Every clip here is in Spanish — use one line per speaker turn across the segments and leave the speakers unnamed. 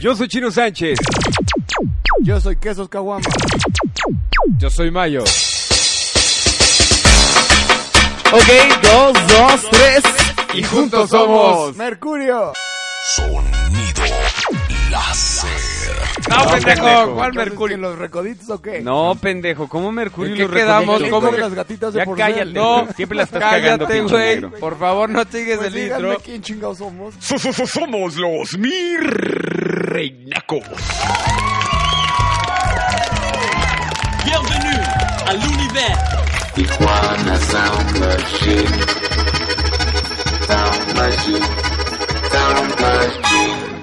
Yo soy Chino Sánchez.
Yo soy Quesos Caguama.
Yo soy Mayo.
Ok, dos, dos, tres.
Y juntos somos.
Mercurio.
Sonido láser.
No, pendejo.
pendejo.
¿Cuál
Entonces, ¿en
Mercurio?
los recoditos o qué?
No, pendejo, ¿cómo Mercurio
¿En qué
lo
quedamos?
reconoce?
¿Cómo
¿Cómo
que-
las gatitas de
Ya
por
cállate.
medio?
No, siempre la estás cagando,
Cállate,
pinche negro.
güey. Por favor, no te sigues
Pues
el
díganme
intro.
quién chingados somos.
Somos los Mirreinacos.
Bienvenue à l'univers
Tijuana Sound Machine. Sound Machine. Sound Machine.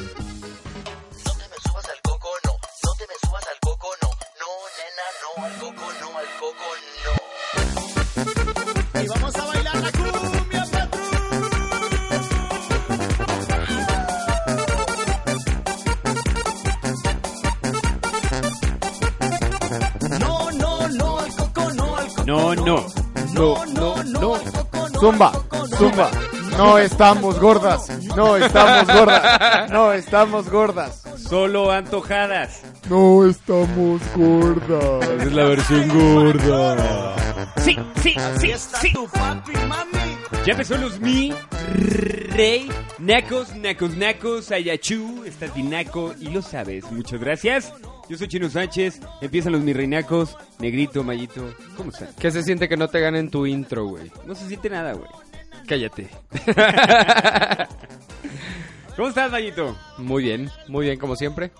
No te me subas al coco, no. No te me subas al coco, no. No, nena, no. Al coco, no. Al coco, no.
No, no.
No, no, no. Zumba, zumba. No estamos gordas. No estamos gordas. No estamos gordas.
Solo antojadas.
No estamos gordas.
Es la versión gorda.
Sí, sí, sí, sí. tu papi, mami.
Ya empezó los mi rey nacos, nacos, nacos, ayachú, estás dinaco y lo sabes. Muchas gracias. Yo soy Chino Sánchez, empiezan los mi reinacos, negrito, mallito, ¿cómo están?
¿Qué se siente que no te ganen tu intro, güey?
No se siente nada, güey.
Cállate.
¿Cómo estás, mallito?
Muy bien, muy bien, como siempre.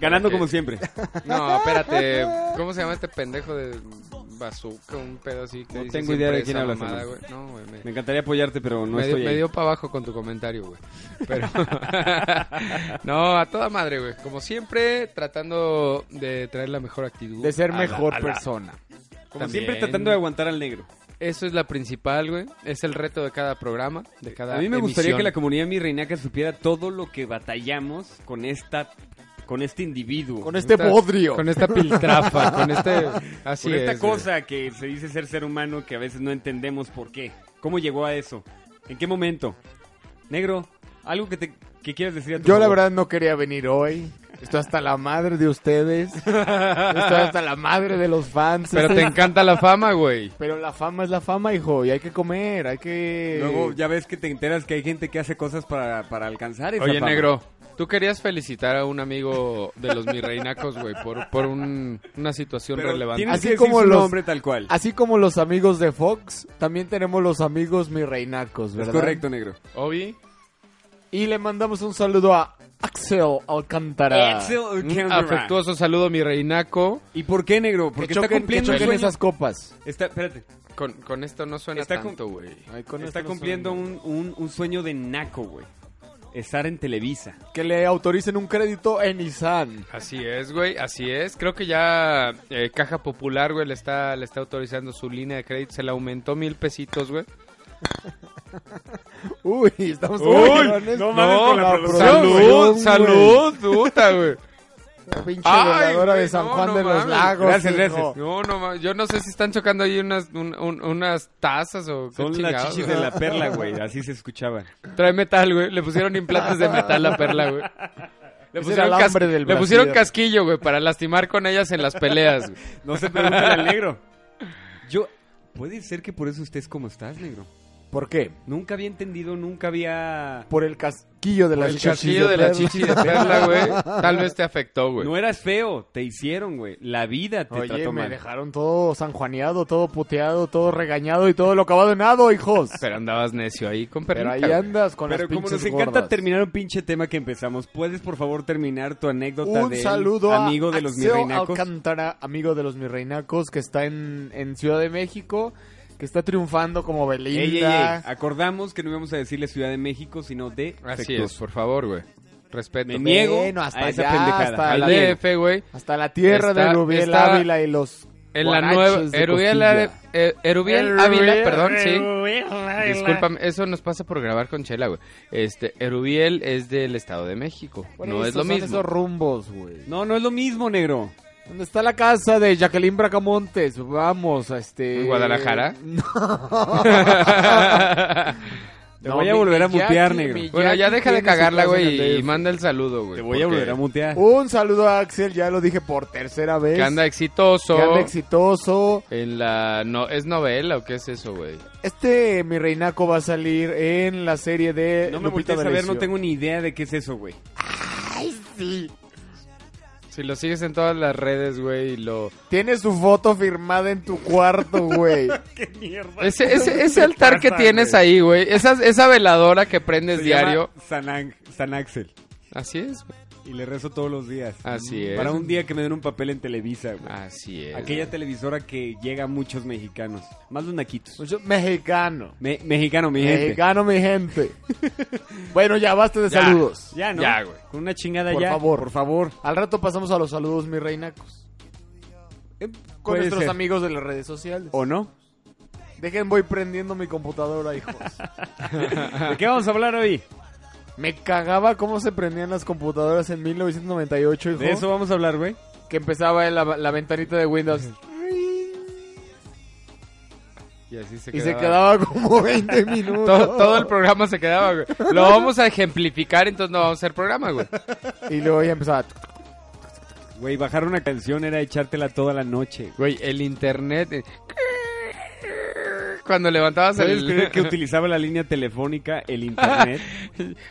Ganando
Ok.
como siempre.
No, espérate. ¿Cómo se llama este pendejo de bazooka? Un pedo así. que
No
dice
tengo idea
siempre
de quién
esa
hablas,
mamada,
hermano.
güey. No, güey. me-
Me encantaría apoyarte, pero no
me, dio,
estoy ahí.
para abajo con tu comentario, güey. Pero. no, a toda madre, güey. Como siempre, tratando de traer la mejor actitud.
De ser
Ala,
mejor
ala.
persona.
Como
También.
siempre tratando de aguantar al negro.
Eso es la principal, güey. Es el reto de cada programa, de cada
A mí me gustaría
emisión.
que la comunidad mi reinaca supiera todo lo que batallamos con esta con este individuo.
Con este bodrio.
Con esta piltrafa, con este... Así
Con esta
es, güey.
cosa que se dice ser ser humano que a veces no entendemos por qué. ¿Cómo llegó a eso? ¿En qué momento? Negro, algo que te que quieras decir a tu
Yo la
favor.
verdad no quería venir hoy. Estoy hasta la madre de ustedes. Estoy hasta la madre de los fans.
Pero te encanta la fama, güey.
Pero la fama es la fama, hijo, y hay que comer, hay que...
Luego ya ves que te enteras que hay gente que hace cosas para, para alcanzar esa
Oye,
fama.
negro, tú querías felicitar a un amigo de los Mirreinacos, güey, por, por un- una situación
Pero
relevante.
tienes
Así
que decir
como
su
los-
nombre tal cual.
Así como los amigos de Fox, también tenemos los amigos mi reinacos,
Es
¿verdad?
correcto, negro.
Ah, Obi,
Y le mandamos un saludo a Axel Alcántara.
un mm, afectuoso saludo, mi reinaco.
¿Y por qué, negro? Porque
que
está
choquen, que
cumpliendo un
choquen
sueño.
esas copas.
Está, espérate.
Con, con esto no suena
Está
tanto,
con-
güey.
está cumpliendo un, un, un sueño de naco, güey. Estar en Televisa.
Que le autoricen un crédito en Nissan.
Así es, güey, así es. Creo que ya eh, Caja Popular, güey, le está, le está autorizando su línea de crédito. Se le aumentó mil pesitos, güey.
Uy, estamos...
Uy, no mames
mames
con la producción,
Salud, salud, puta, güey.
Pinche
Ay,
veladora
güey,
de San
no,
Juan
no
de los
mames.
Lagos.
Gracias,
hijo.
gracias.
No, no, ma- yo no sé si están chocando ahí unas, un- un- unas tazas o qué
Son las
chingados,
chichis de
güey.
la perla, güey. Así se escuchaba.
Trae metal, güey. Le pusieron implantes de metal a la perla, güey. Le
Es el
pusieron, cas-
alambre del
le pusieron
brasier.
casquillo, güey, para lastimar con ellas en las peleas. güey.
No se pregunta al negro. Yo... Puede ser que por eso estés como estás, negro.
¿Por qué?
Nunca había entendido, nunca había...
Por el casquillo de la
El casquillo de la chichi de perla, güey. Tal vez te afectó, güey.
No eras feo, te hicieron, güey. La vida te
Oye,
trató
me
mal.
dejaron todo sanjuaneado, todo puteado, todo regañado y todo lo acabado en nado, hijos.
Pero andabas necio ahí con
Pero
perlita,
ahí
güey.
andas con
Pero
las
como
pinches
nos encanta
gordas.
terminar un pinche tema que empezamos, ¿puedes por favor terminar tu anécdota
Un
de
saludo a
amigo de los
Axel
mirreinacos?
Alcántara, amigo de los mirreinacos, que está en, en Ciudad de México, que está triunfando como
Ey,
Belinda.
ey, ey, acordamos que no íbamos a decirle Ciudad de México, sino de
Así
Fectus.
es, por favor, güey. Respeto.
Me niego
Bueno, hasta
a esa
allá,
pendejada.
hasta
Ahí
Al
la-
viene.
DF, güey.
Hasta la tierra
Está-
de Rubiel
está
Ávila y los
En la
guaraches
nueva...
de
Erubiel, Are-
Costilla.
eh, Erubiel Ávila, perdón, sí. Discúlpame, eso nos pasa por grabar con Chela, güey. Este, Erubiel es del Estado de México.
Por
no
eso
es lo
son
mismo.
esos rumbos, güey.
No, no es lo mismo, negro.
¿Dónde está la casa de Jacqueline Bracamontes? Vamos, a este...
¿En Guadalajara?
Te voy a volver a mutear, negro.
Bueno, ya deja de cagarla, güey, y
manda
manda el saludo, güey.
Te voy a
porque
volver a mutear.
Un saludo a Axel, ya lo dije por tercera vez.
Que anda exitoso.
Que anda exitoso.
En la... No, ¿Es novela o qué es eso, güey?
Este mi reinaco va a salir en la serie de.
No me
Lupita
voltees a ver, no
D'Alessio.
tengo ni idea de qué es eso, güey.
Si lo sigues en todas las redes, güey, y lo...
Tiene su foto firmada en tu cuarto, güey.
¡Qué mierda!
Ese, ese, ese altar que tienes ahí, güey, esa, esa veladora que prendes diario...
San, Ang- San Axel.
Así es, güey.
Y le rezo todos los días.
Así es.
Para un día que me den un papel en Televisa, güey.
Así es.
Aquella televisora que llega a muchos mexicanos. Más los naquitos.
Mucho- mexicano.
Me- Pues mexicano, mi gente.
Mexicano, mi gente. bueno, ya basta de
Ya.
saludos.
Ya, ¿no?
Ya, güey.
Con una chingada
Por
ya.
favor.
Por favor.
Al rato pasamos a los saludos, mi reinacos. Con
Eh, Puede
nuestros
ser.
amigos de las redes sociales.
¿O no?
Dejen, voy prendiendo mi computadora, hijos.
¿De qué vamos a hablar hoy?
Me cagaba cómo se prendían las computadoras en 1998, hijo.
De eso vamos a hablar, güey.
Que empezaba la, la ventanita de Windows.
Y así se
Y se
quedaba.
quedaba como 20 minutos.
Todo, todo el programa se quedaba, güey. Lo vamos a ejemplificar, entonces no vamos a hacer programa, güey.
Y luego ya empezaba.
Güey, bajar una canción era echártela toda la noche.
Güey, el internet... eh, Cuando levantabas
¿Sabes
el...
creer que utilizaba la línea telefónica, el internet?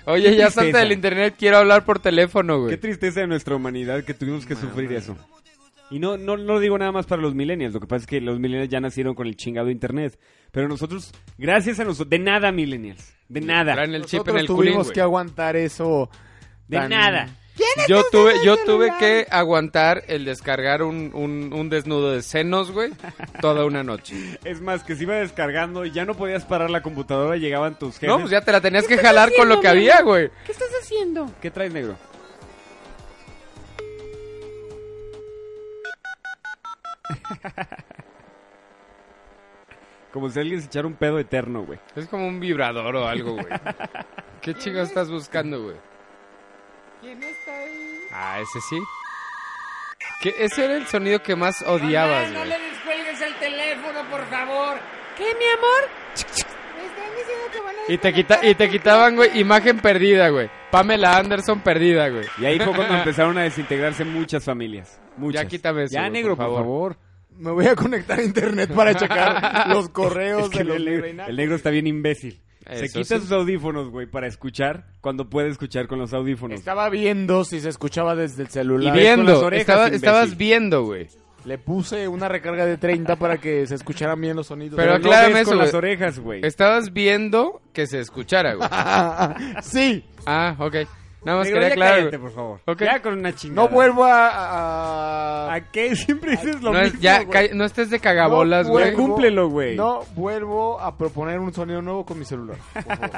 Oye, ya
Qué
salte del
tristeza.
internet, quiero hablar por teléfono,
Qué
güey.
tristeza de nuestra humanidad que tuvimos que sufrir eso. Y no, no, no lo digo nada más para los millennials, lo que pasa es que los millennials ya nacieron con el chingado internet. Pero nosotros, gracias a nosotros, de nada millennials, de nada,
Traen el chip en
Nosotros
el
tuvimos
culín,
que
güey.
aguantar eso.
de
tan-
nada.
Yo tuve, yo tuve que aguantar el descargar un, un, un desnudo de senos, güey, toda una noche.
Es más, que se iba descargando, ya no podías parar la computadora, llegaban tus jefes.
No, pues ya te la tenías que jalar con lo que había, güey.
¿Qué traes, negro? Como si alguien se echara un pedo eterno, güey.
Es como un vibrador o algo, güey. ¿Qué chingo estás buscando, güey? ¿Quién está ahí? Ah, ese sí. Que ese era el sonido que más odiabas, güey.
Este,
Y te, quita, y te quitaban, güey, imagen perdida, güey. Pamela Anderson perdida, güey.
Y ahí fue cuando empezaron a desintegrarse muchas familias. Muchas.
Ya quítame eso,
Ya,
güey,
negro, por favor.
Me voy a conectar a internet para checar los correos
Es que
de
el,
los
negro,
Reinaco.
el negro está bien imbécil. se
Eso
quita
sí.
sus audífonos, güey, para escuchar cuando puede escuchar con los audífonos.
Estaba viendo si se escuchaba desde el
Y
ves
celular.
con las
viendo,
orejas,
estaba-
imbécil.
estabas viendo, güey.
Le puse una recarga de 30 para que se escucharan bien los sonidos.
Pero
no
aclárame
ves
eso,
con las
güey.
orejas, güey.
Estabas viendo que se escuchara, güey.
sí,
Ah, ok. Nada más
Negro,
quería
ya
aclarar.
cállate,
güey.
por favor.
Ok.
Ya con una chingada.
no vuelvo a... a-
¿A qué? Siempre dices lo
No, es-
mismo,
ya,
güey.
calla- no estés de cagabolas,
No
güey.
vuelvo-
cúmplelo, güey.
No vuelvo a proponer un sonido nuevo con mi celular. por favor.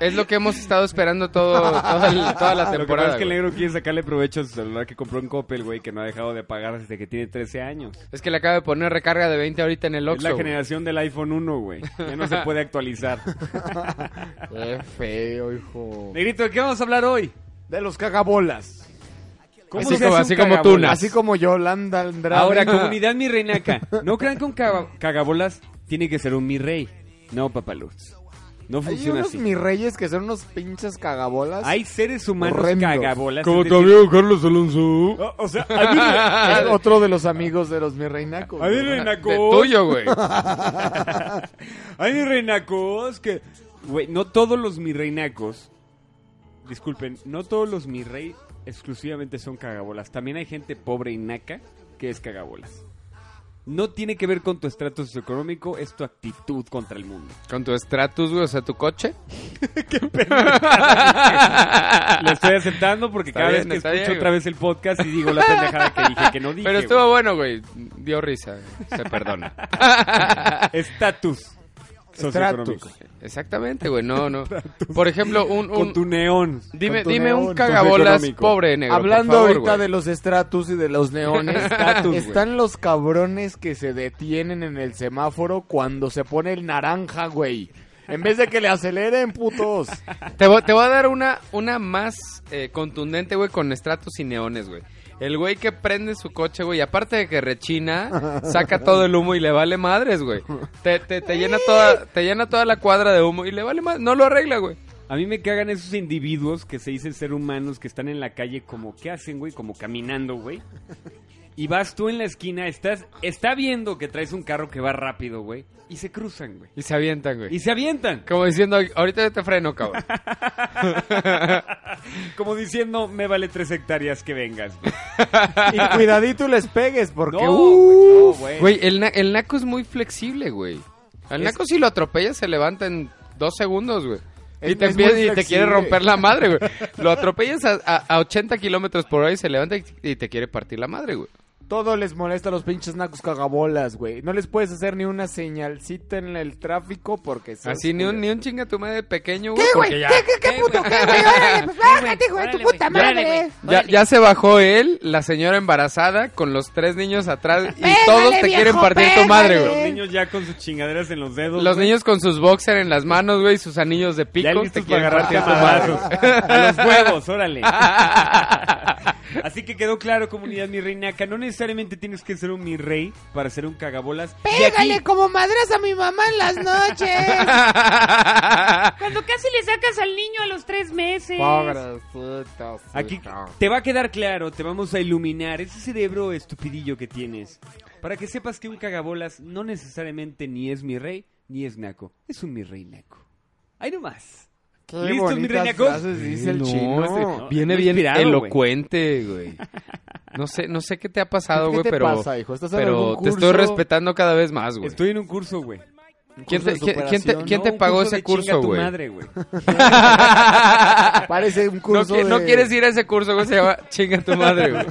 Es lo que hemos estado esperando todo, toda, el- toda la
Lo que pasa
temporada.
es que el
güey.
negro quiere sacarle provecho a su celular que compró en Coppel, güey, que no ha dejado de pagar desde que tiene 13 años.
Es que le acabo de poner recarga de 20 ahorita en el
Es la
Oxxo. güey.
generación del iPhone 1, güey. Ya no se puede actualizar.
Qué feo, hijo.
Negrito, ¿de qué vamos a hablar hoy?
De los cagabolas.
¿Cómo
Así
se hace
como-
un
así como
cagabolas?
Unas.
Así como Yolanda Andrade.
Ahora, comunidad mi reinaca. No crean que un caga- cagabolas tiene que ser un mi rey. No, papaluz. No
Hay
funciona
unos
así.
mis reyes que son unos pinches cagabolas.
Hay seres humanos
Horrendos.
cagabolas.
Como
es decir-
también Carlos Alonso.
O- o sea, a
Es otro de los amigos de los mis reinacos.
mí, a mí
¿no?
reinaco.
Ah, De tuyo, güey.
Hay reinacos que... Güey, no todos los mi reinacos... Disculpen, no todos los mi rey exclusivamente son cagabolas. También hay gente pobre y naca que es cagabolas. No tiene que ver con tu estrato socioeconómico, es tu actitud contra el mundo.
Con tu Stratus, güey, o sea, tu coche.
Lo estoy aceptando porque
Está
cada
bien,
vez que
está
escucho
bien,
otra
güey.
vez el podcast y digo la pendejada que dije que no dije.
Pero estuvo bueno, güey. Dio risa. Se perdona.
güey. estatus socioeconómico.
Exactamente, güey. No, no. Por ejemplo, un...
Con
un
tu neón.
con
dime
tu
dime un
neón,
cagabolas
socioeconómico.
pobre, negro. por
Hablando
favor,
ahorita
güey.
de los estratus y de los neones,
Estatus, güey.
están los cabrones que se detienen en el semáforo cuando se pone el naranja, güey. En vez de que le aceleren, putos.
Te, vo- te voy a dar una, una más eh, contundente, güey, con estratos y neones, güey. El güey que prende su coche, güey, aparte de que rechina, saca todo el humo y le vale madres, güey. Te, te, te llena toda, te llena toda la cuadra de humo y le vale madres. No lo arregla, güey.
A mí me cagan esos individuos que se dicen ser humanos, que están en la calle como, ¿qué hacen, güey? Como caminando, güey. Y vas tú en la esquina, estás, está viendo que traes un carro que va rápido, güey. Y se cruzan, güey.
Y se avientan, güey.
Y se avientan.
Como diciendo, ahorita yo te freno, cabrón.
Como diciendo, me vale tres hectáreas que vengas. güey.
Y cuidadito les pegues,
Oh,
porque
No,
uh,
güey, Oh, no, güey.
Güey, el, na- el naco es muy flexible, güey. Al naco si lo atropellas se levanta en dos segundos, güey.
Es-
Y te,
es muy
empieza- y te quiere
flexible.
romper la madre, güey. Lo atropellas a, a- a 80 kilómetros por hora y se levanta y, y te quiere partir la madre, güey.
todo les molesta a los pinches nacos cagabolas, güey. No les puedes hacer ni una señalcita en el tráfico porque... se
Así ni un,
oscura.
ni un chinga tu madre pequeño, güey. Porque ya,
¿Qué, puto?
pues,
Bájate, hijo de tu puta madre.
ya, ya se bajó él, la señora embarazada, con los tres niños atrás y
Pégale,
todos te
viejo,
quieren partir tu madre,
pégale.
güey.
Los niños ya con sus chingaderas en los dedos.
Los
güey.
niños con sus boxer en las manos, güey, y sus anillos de
ya
pico.
listos
Te
para
quieren
agarrarte
partir
a
tu madre.
madrazos. A los huevos, órale. Así que quedó claro, comunidad mi reinaca. No necesariamente tienes que ser un mi rey para ser un cagabolas. Y aquí-
Pégale como madras a mi mamá en las noches.
Cuando casi le sacas al niño a los tres meses.
Pobres putos.
Aquí
putos.
te va a quedar claro, te vamos a iluminar ese cerebro estupidillo que tienes. Para que sepas que un cagabolas no necesariamente ni es mi rey, ni es naco. Es un mi rey naco. Ahí nomás.
Qué
¿Listos,
bonitas
mis reinacos?
frases dice el
No, este-
chino.
viene
no
bien
inspirado, güey.
elocuente, güey. No sé, no sé qué te ha pasado,
¿Qué
güey,
te
pero,
pasa, hijo? ¿Estás en
pero
algún
te estoy
curso?
respetando cada vez más, güey.
Estoy en un curso, güey.
¿Quién
curso
te,
de
quién- quién te-
superación,
quién
No,
te
un
pagó
curso
ese
de chinga
curso,
tu
güey?
madre, güey?
Parece un
No,
curso
qui- no
de-
quieres ir a ese curso, güey, se llama chinga tu madre, güey.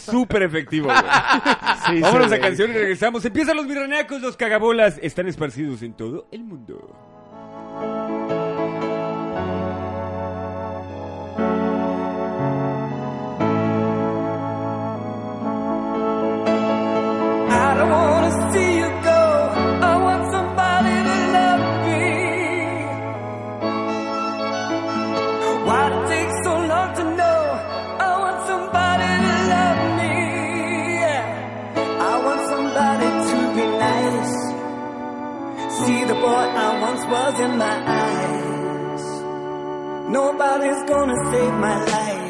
Súper efectivo, güey.
Sí,
Vámonos
sí,
a
güey.
canción y regresamos. Empiezan los miranacos, los cagabolas. Están esparcidos en todo el mundo.
I don't wanna see you go. I want somebody to love me. Why it take so long to know? I want somebody to love me. I want somebody to be nice. See the boy I once was in my eyes. Nobody's gonna save my life.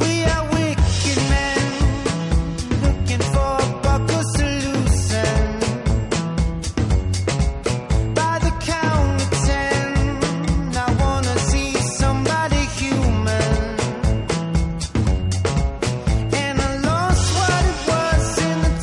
We are wicked men looking for a buckle solution. By the count of ten, I wanna see somebody human. And I lost what it was in the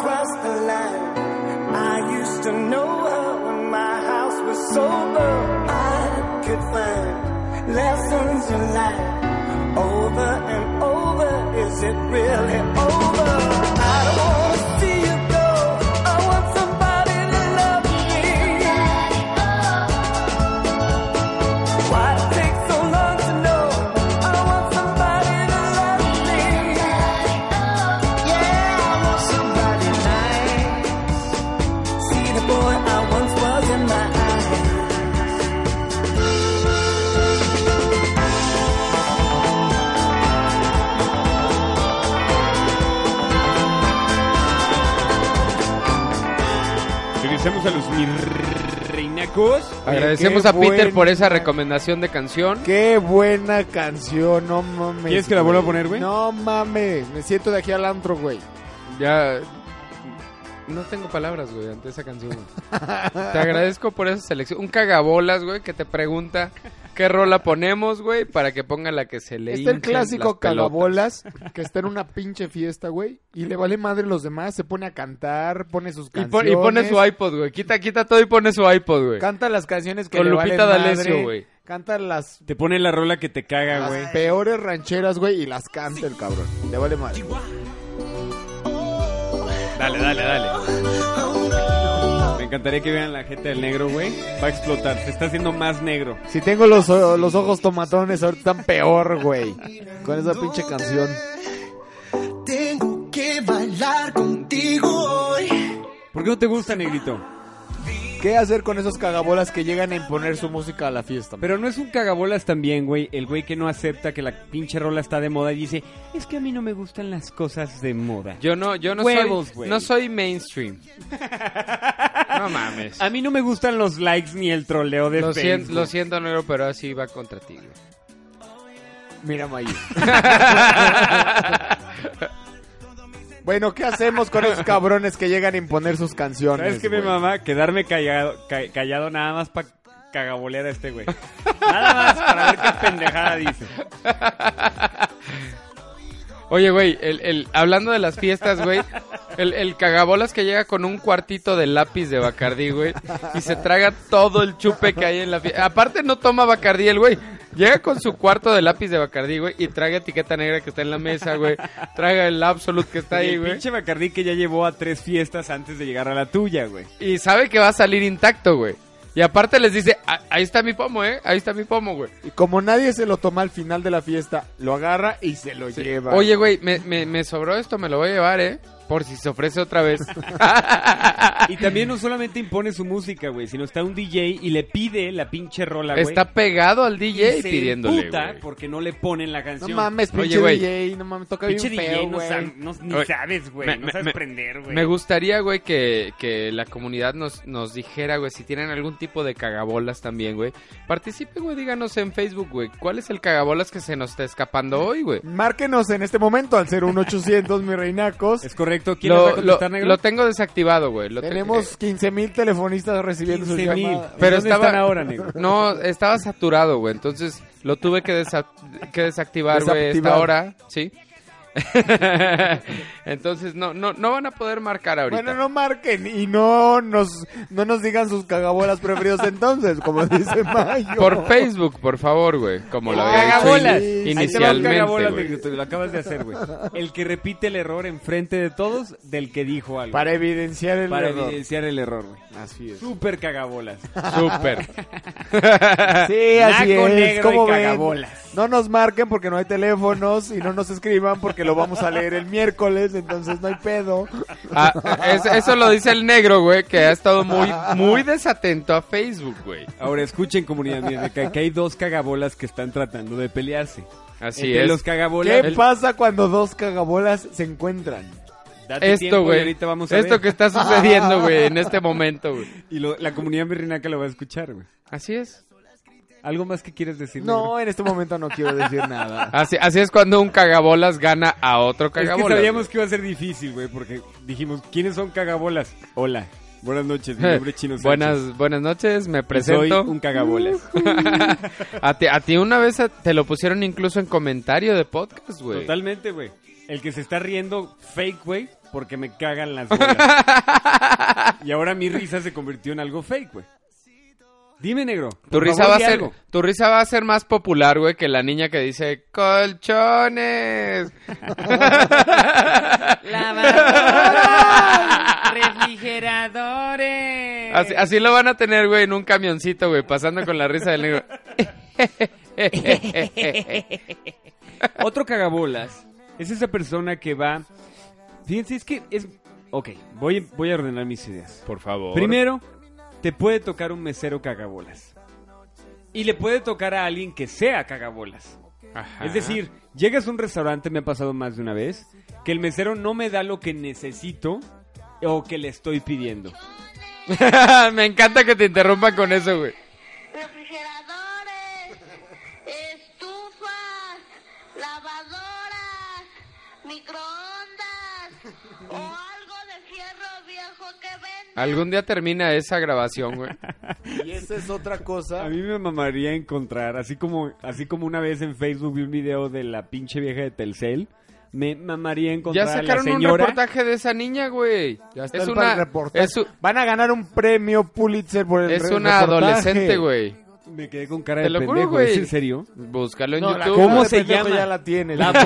crossed the line. I used to know her when my house was sober. I could find lessons in life over and over. Is it really over? I don't wanna see you go. I want somebody to love me. Why it takes so long to know? I want somebody to love me. Yeah, I want somebody nice. See the boy I once was in my eyes.
Regresamos a los mirreinacos.
Agradecemos
qué
a Peter
buen-
por esa recomendación de canción.
Qué buena canción, no mames.
¿Quieres que la vuelva a poner, güey?
No mames, me siento de aquí al antro, güey.
Ya. No tengo palabras, güey, ante esa canción. güey. te agradezco por esa selección. Un cagabolas, güey, que te pregunta qué rola ponemos, güey, para que ponga la que se le
Está el
hinchan
clásico
las pelotas.
cagabolas que está en una pinche fiesta, güey, y le vale madre los demás, se pone a cantar, pone sus
Y,
canciones.
pon- y pone su iPod, güey. Quita, quita todo y pone su iPod, güey.
Canta las canciones que
Con
le
Lupita
valen
D'Alessio,
madre,
güey.
Canta las,
Te pone la rola que te caga,
Ah,
las
güey.
peores rancheras, güey, y las canta el cabrón. Le vale madre.
Dale, dale, dale. Me encantaría que vean la gente del negro, güey. Va a explotar. Se está haciendo más negro.
Si tengo los, o- los ojos tomatones, ahorita están peor, güey. Con esa pinche canción.
Tengo que bailar contigo hoy.
¿Por qué no te gusta, negrito?
¿Qué hacer con esos cagabolas que llegan a imponer su música a la fiesta?
Pero no es un cagabolas también, güey. El güey que no acepta que la pinche rola está de moda y dice, es que a mí no me gustan las cosas de moda.
Yo no, yo no
Huevos,
soy,
güey.
no soy mainstream. no mames.
A mí no me gustan los likes ni el troleo de
Lo siento,
Facebook.
lo siento, negro, pero así va contra ti, güey.
Mira, May. bueno, ¿qué hacemos con esos cabrones que llegan a imponer sus canciones?
¿Sabes qué, mi
güey?
mamá? Quedarme callado, ca- callado nada más para cagabolear a este güey. Nada más para ver qué pendejada dice.
Oye, güey, el, el- hablando de las fiestas, güey, el, el cagabolas que llega con un cuartito de lápiz de Bacardí, güey, y se traga todo el chupe que hay en la fiesta. Aparte no toma Bacardí el güey. Llega con su cuarto de lápiz de Bacardí, güey, y traga etiqueta negra que está en la mesa, güey. Traga el Absolute que está
Y
ahí,
el
güey.
pinche Bacardí que ya llevó a tres fiestas antes de llegar a la tuya, güey.
Y sabe que va a salir intacto, güey. Y aparte les dice, "Ah, ahí está mi pomo, eh, ahí está mi pomo, güey.
Y como nadie se lo toma al final de la fiesta, lo agarra y se lo lleva.
Oye, güey, me, me, me sobró esto, me lo voy a llevar, eh. Por si se ofrece otra vez. Ah.
Y también no solamente impone su música, güey, sino está un DJ y le pide la pinche rola, güey.
Está pegado al
y
DJ
se
pidiéndole.
emputa pues,
güey.
porque no le ponen la
no
canción.
mames,
Oye,
pinche
güey.
DJ, no mames, toca
pinche
bien
DJ
feo,
no,
güey.
sab- no- ni
Oye,
sabes, güey,
me-
no
me-
sabes
me-
prender, güey.
Me gustaría, güey, que, que la comunidad nos, nos dijera, güey, si tienen algún tipo de cagabolas también, güey. Participen, güey, díganos en Facebook, güey, ¿cuál es el cagabolas que se nos está escapando hoy, güey?
Márquenos en este momento al 01800, mi reinacos.
Es correcto, ¿quién nos va a
Lo, lo,
contestar, negro?
lo tengo desactivado, güey. lo tengo- Eh,
Tenemos 15 mil telefonistas recibiendo sus
15,000.
llamadas.
Pero
¿Dónde
estaba-
están ahora, negro?
No, estaba saturado, güey. Entonces lo tuve que, desa- que desactivar, güey, esta
Desactivar.
hora, ¿sí? Entonces no, no, no van a poder marcar ahorita.
Bueno, no marquen y no nos, no nos digan sus cagabolas preferidos entonces, como dice Mayo.
Por Facebook, por favor, güey. Como lo había dicho
Cagabolas.
in-
Sí.
Ahí te va un
inicialmente.
cagabolas,
güey.
negrito, lo acabas de hacer, güey. El que repite el error enfrente de todos del que dijo algo.
Para evidenciar el
Para
error.
evidenciar el error, güey.
Así es.
Súper cagabolas.
Súper.
Sí, así
Naco
es.
negro
¿Cómo
y
ven?
cagabolas.
No nos marquen porque no hay teléfonos y no nos escriban porque lo vamos a leer el miércoles, entonces no hay pedo.
Ah, es- eso lo dice el negro, güey, que ha estado muy, muy desatento a Facebook, güey.
Ahora escuchen, comunidad mía, que aquí hay dos cagabolas que están tratando de pelearse.
Así
Entre
es.
los
¿Qué
cagabolas. el-
pasa cuando dos cagabolas se encuentran?
Date tiempo
Esto,
y
güey.
Ahorita vamos a
Esto
ver.
que está sucediendo, güey, en este momento, güey.
Y lo- la comunidad que lo va a escuchar, güey.
Así es.
¿Algo más que quieres decir? negro?
No, en este momento no quiero decir nada.
Así, así es cuando un cagabolas gana a otro
Es que
cagabolas.
sabíamos
güey.
que iba a ser difícil, güey, porque dijimos, ¿quiénes son cagabolas? Hola, buenas noches, mi nombre es Chino Sánchez.
buenas, buenas noches, me presento.
Soy un cagabolas.
a, ti, a ti una vez te lo pusieron incluso en comentario de podcast, güey.
Totalmente, güey. El que se está riendo fake, güey, porque me cagan las bolas. y ahora mi risa se convirtió en algo fake, güey. Dime, negro.
Tu
por
risa,
favor,
va a
di
ser,
algo.
tu risa va a ser más popular, güey, que la niña que dice colchones.
Lavadoras, refrigeradores.
Así, así lo van a tener, güey, en un camioncito, güey, pasando con la risa del negro.
Otro cagabolas es esa persona que va. Fíjense, es que es. Ok, voy, voy a ordenar mis ideas.
Por favor.
Primero, te puede tocar un mesero cagabolas. Y le puede tocar a alguien que sea cagabolas.
Ajá.
Es decir, llegas a un restaurante, me ha pasado más de una vez, que el mesero no me da lo que necesito o que le estoy pidiendo.
me encanta que te interrumpan con eso, güey.
refrigeradores, estufas, lavadoras, microondas o algo de fierro viejo que venden.
Algún día termina esa grabación, güey.
Y esa es otra
A
cosa.
mí me mamaría encontrar, así como, así como una vez en Facebook vi un video de la pinche vieja de Telcel, me mamaría
Ya
encontrar a la
sacaron un
señora.
reportaje de esa niña, güey.
Ya está
es
el
una,
reportaje.
es, u-
Van a ganar un premio Pulitzer por el
es
re-
una
reportaje.
adolescente, güey.
Me quedé con cara
Te
de
lo juro,
pendejo,
güey.
¿es en serio?
Búscalo en
No, la
YouTube.
cara
¿Cómo
de
se
pendejo
llama?
Ya la tiene.
La
güey.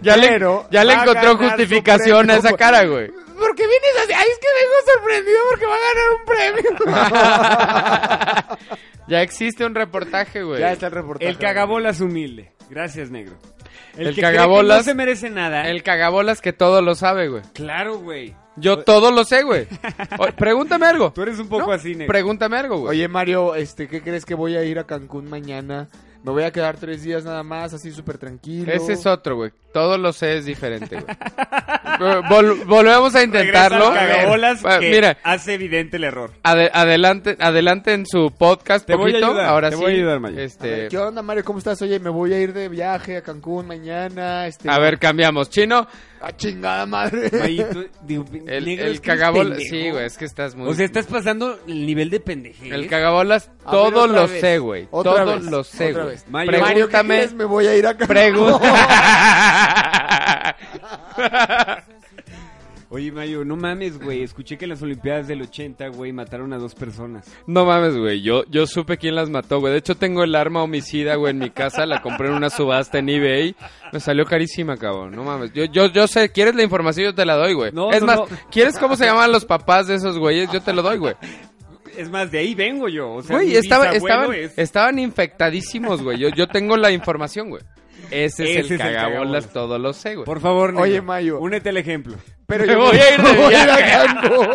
ya le,
Pero
ya le
va a
encontró
ganar su
justificación a
premio,
esa
güey.
cara, güey.
¿Por qué vienes así? Ay, es que vengo sorprendido porque va a ganar un premio.
Ya existe un reportaje, güey.
Ya está el reportaje.
El cagabolas humilde. Gracias, negro. que cree
El
que
cagabolas-
no se merece nada.
El cagabolas que todo lo sabe, güey.
Claro, güey.
Yo todo lo sé, güey. O- Pregúntame algo.
Tú eres un poco
No,
así, negro.
Pregúntame algo, güey.
Oye, Mario, este, ¿qué crees que voy a ir a Cancún mañana? Me voy a quedar tres días nada más, así súper tranquilo.
Ese es otro, güey. Todo lo sé es diferente, güey. Eh, vol- volvemos a intentarlo.
Regresa al cagabolas
Ah,
que
Mira,
hace evidente el error.
ade- adelante, adelante en su podcast
Te voy a
poquito.
ayudar,
Ahora
te
sí.
voy a ayudar, Mayo.
A ver,
Este,
¿Qué onda, Mario? ¿Cómo estás? Oye, me voy a ir de viaje a Cancún mañana. Este,
a ver, cambiamos. Chino,
¡Ah, chingada madre!
Güey, tú- digo,
el,
negro,
el
es que eres
cagabolas.
pendejo.
Sí, güey, es que estás muy.
O sea, estás pasando el nivel de pendejez.
El cagabolas,
A ver,
todo
otra
lo
vez.
sé, güey.
Otra
Todo
vez.
lo sé,
Otra
güey.
vez.
Mario,
Mario, ¿qué
Pregúntame.
crees? Me voy a ir a Cancún.
Pregunta.
Oye, Mayo, no mames, güey. Escuché que en las Olimpiadas del 80, güey, mataron a dos personas.
No mames, güey. Yo, yo supe quién las mató, güey. De hecho, tengo el arma homicida, güey, en mi casa. La compré en una subasta en eBay. Me salió carísima, cabrón. No mames. Yo, yo, yo sé, ¿quieres la información? Yo te la doy, güey.
No,
es
no,
más,
no.
¿quieres cómo se llaman los papás de esos güeyes? Yo te lo doy, güey.
Es más, de ahí vengo yo. O sea,
Güey,
mi
estaba,
bisabuelo
estaban,
es-
estaban infectadísimos, güey. Yo, yo tengo la información, güey. Ese,
Ese
es el cagabolas,
cagabolas.
todo lo sé, güey.
Por favor, negro,
Oye, Mayo.
Únete al ejemplo.
Pero
Me
yo
voy a ir de
me voy a
viaje.
Cancún.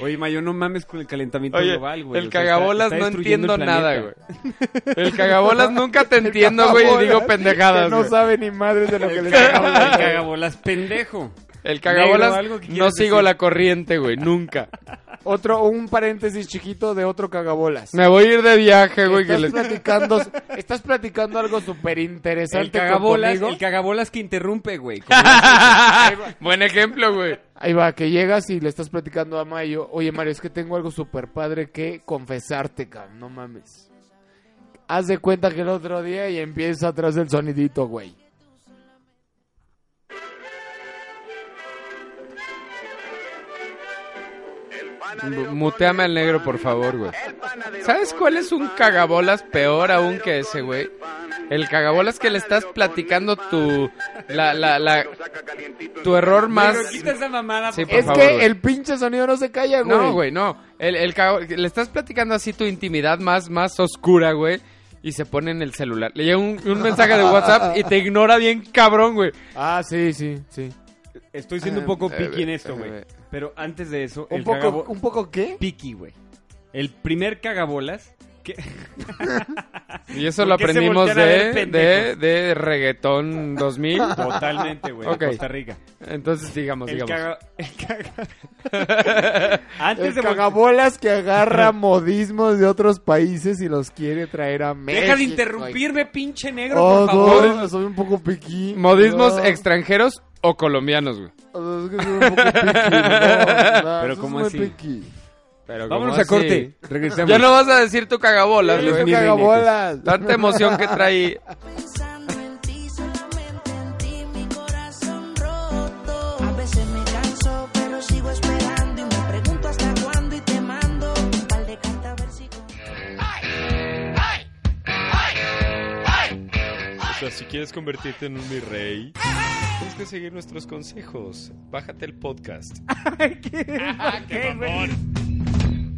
Oye, Mayo, no mames con el calentamiento
Oye,
global, güey.
el
O sea,
cagabolas
está- está
no
destruyendo
entiendo
el
nada, güey.
planeta.
El cagabolas nunca te entiendo, güey, y digo
Cagabolas,
pendejadas.
que no
güey.
sabe ni madre de lo que
El
le
cagabolas, el cagabolas pendejo.
El
Negro,
cagabolas
¿algo que
no
quieras
sigo
decir?
la corriente, güey, nunca.
Otro, un paréntesis chiquito de otro cagabolas.
Me voy a ir de viaje, güey. que
Estás
les-
platicando, estás platicando algo súper interesante
El cagabolas,
conmigo.
el cagabolas que interrumpe, güey. Como-
Buen ejemplo, güey.
Ahí va, que llegas y le estás platicando a Mayo, oye Mario, es que tengo algo súper padre que confesarte, cabrón, no mames. Haz de cuenta que el otro día y empieza atrás del sonidito, güey.
M- Muteame al negro, por favor, güey. ¿Sabes cuál es un cagabolas peor aún que ese, güey? El cagabolas que le estás platicando tu... La, la, la... Tu error más...
Negro, quita esa mamada.
Sí,
por
por
es
favor,
que
güey.
el pinche sonido no se calla, güey.
No, güey, no. El, el cago- Le estás platicando así tu intimidad más, más oscura, güey. Y se pone en el celular. Le llega un, un mensaje de WhatsApp y te ignora bien cabrón, güey.
Ah, sí, sí, sí.
Estoy siendo un poco
Eh,
piqui en esto,
eh,
güey.
eh.
Pero antes de eso,
¿Un
el
poco
cagabo-
un poco qué?
piqui, güey. El primer cagabolas que
Y eso
¿Por
lo
qué se
aprendimos
voltean a
de,
ver
de,
pendejos?
de Reggaetón 2000.
totalmente, güey,
Ok.
de Costa Rica.
Entonces, digamos,
El
digamos.
caga... el caga- antes
El
de vol-
cagabolas que agarra modismos de otros países y los quiere traer a México.
Deja de interrumpirme, pinche negro,
Oh,
por favor.
no, soy un poco piquín.
Modismos
No.
extranjeros o colombianos, güey.
Oh, es que soy un poco piqui, no, no,
Pero
eso
¿cómo
es
así?
muy piqui.
Pero
Vámonos
como
a corte.
así-
Regresamos.
Ya no vas a decir tu cagabolas,
Yo
güey.
soy cagabolas.
Tanta emoción que trae
Pensando en ti, solamente en ti,
quieres convertirte en un virrey, tienes que seguir nuestros consejos. Bájate el podcast.
Ah, qué mamón.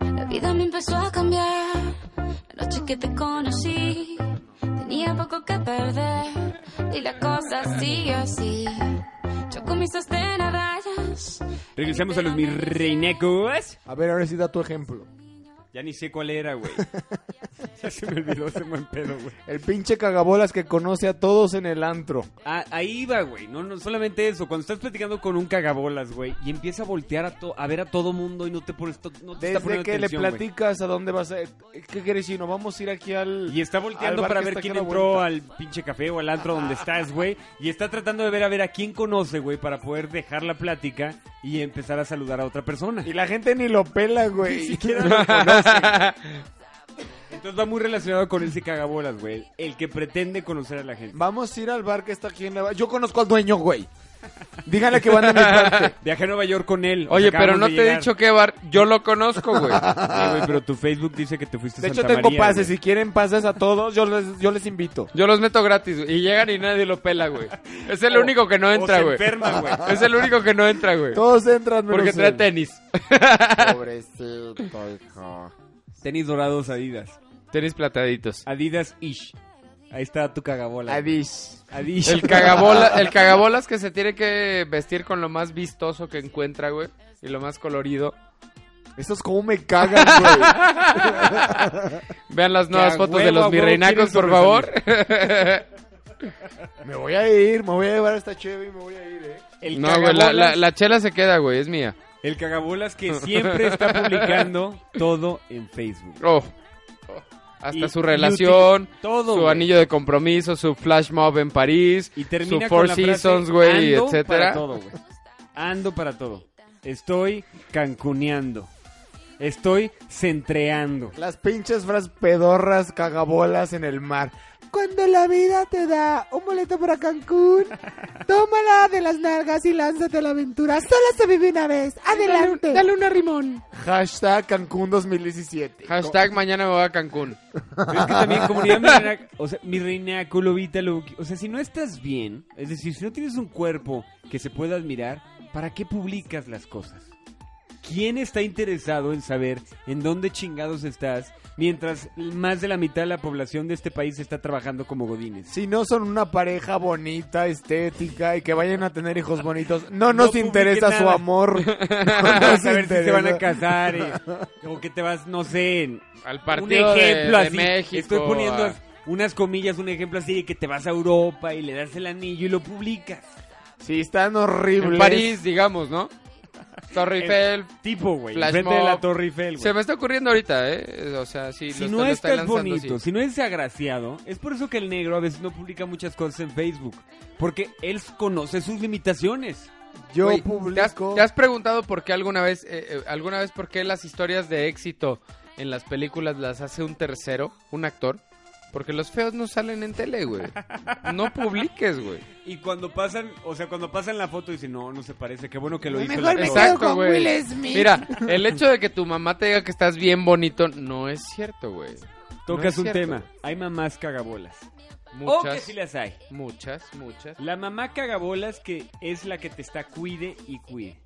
La vida me empezó a cambiar la noche que te conocí. Tenía poco que perder y la cosa sigue así. Yo con mis sostén a rayas.
Regresamos a los mis reinecos.
A ver, ahora sí da tu ejemplo.
Ya ni sé cuál era, güey. ya se me olvidó ese buen pedo, güey.
El pinche cagabolas que conoce a todos en el antro.
Ah, ahí va, güey. No, no, solamente eso. Cuando estás platicando con un cagabolas, güey, y empieza a voltear a, to- a ver a todo mundo y no te pones to- no te está
Desde
poniendo
que
atención,
le
güey.
platicas a dónde vas a... ¿Qué quieres, Chino? Vamos a ir aquí al...
Y está volteando
al bar
para
que
ver
está aquí
quién
a la
entró
vuelta.
al pinche café o al antro donde estás, güey. Y está tratando de ver a ver a quién conoce, güey, para poder dejar la plática y empezar a saludar a otra persona.
Y la gente ni lo pela, güey.
Ni siquiera lo conoce. Entonces va muy relacionado con ese cagabolas, güey. El que pretende conocer a la gente.
Vamos a ir al bar que está aquí en la... Yo conozco al dueño, güey. Díganle que van a mi parte.
Viajé a Nueva York con él.
Oye, pero
Acabamos
no
de
te he
llegar.
dicho qué bar. Yo lo conozco, güey.
Sí, güey, pero tu Facebook dice que te fuiste
De
a
hecho,
Santa
tengo
María,
pases.
güey.
Si quieren pases a todos, yo les, yo les invito.
Yo los meto gratis güey, y llegan y nadie lo pela, güey. Es el
O-
único que no
o
entra,
se
güey.
enferma, güey.
Es el único que no entra, güey.
Todos entran, menos
Porque trae
él.
tenis.
Pobrecito, hijo.
Tenis dorados Adidas.
Tenis plataditos.
Adidas Ish. Ahí está tu cagabola.
Adish.
Adish.
El, cagabola, el cagabolas que se tiene que vestir con lo más vistoso que encuentra, güey. Y lo más colorido.
Estos como me cagan, güey.
Vean las nuevas
Que a
fotos
huevo,
de
a
los
huevo
virreinacos, por
quieren
favor.
me voy a ir, me voy a llevar esta cheve y me voy a ir, eh.
El
no, güey, la, la- la chela se queda, güey. Es mía.
El cagabolas que siempre está publicando todo en Facebook.
Oh. Hasta
Y-
su
y
relación,
util- todo,
su
güey.
anillo de compromiso, su flash mob en París, su
Termina con
Four
la frase,
Seasons, güey,
"Ando Para
etcétera.
todo, güey. Ando para todo. Estoy cancuneando. Estoy centreando.
Las pinches fras pedorras cagabolas en el mar. Cuando la vida te da un boleto para Cancún, tómala de las nalgas y lánzate a la aventura. Solo se vive una vez. Adelante.
Dale un arrimón.
Hashtag Cancún 2017.
Hashtag mañana me voy a Cancún.
Es que también comunidad mirreina- o sea, mi reina colovita, lo que- o sea, si no estás bien, es decir, si no tienes un cuerpo que se pueda admirar, ¿para qué publicas las cosas? ¿Quién está interesado en saber en dónde chingados estás mientras más de la mitad de la población de este país está trabajando como godines?
Si no son una pareja bonita, estética y que vayan a tener hijos bonitos, no nos
publiquen
interesa su
nada.
amor. No
Vamos
nos
a ver si se van a
interesa.
casar y- o que te vas, no sé, en-
Al
un
partido de-
ejemplo
de
así.
México, ah.
Estoy poniendo
a-
as- unas comillas, un ejemplo así de que te vas a Europa y le das el anillo y lo publicas.
Sí, están horribles.
En París, digamos, ¿no? Torre Eiffel.
Tipo, güey,
Flash
enfrente de
mob.
la Torre Eiffel, güey.
Se me está ocurriendo ahorita, ¿eh? O sea, sí,
Si
lo
no
está- lo está
estás
lanzando,
bonito,
sí.
si no es agraciado, es por eso que el negro a veces no publica muchas cosas en Facebook. Porque él conoce sus limitaciones.
Yo
Güey, ¿te has,
publico.
te has preguntado por qué alguna vez, eh, eh, alguna vez por qué las historias de éxito en las películas las hace un tercero, un actor? Porque los feos no salen en tele, güey. No publiques, güey.
Y cuando pasan, o sea, cuando pasan la foto dicen, no, no se parece, qué bueno que lo hizo el
Mejor me
actor".
quedo
Exacto,
con
güey.
Will Smith.
Mira, el hecho de que tu mamá te diga que estás bien bonito no es cierto, güey. No
Tocas
es
un
cierto.
tema. Hay mamás cagabolas. O que
Muchas,
sí las hay.
muchas, muchas.
La mamá cagabolas que es la que te está cuide y cuide.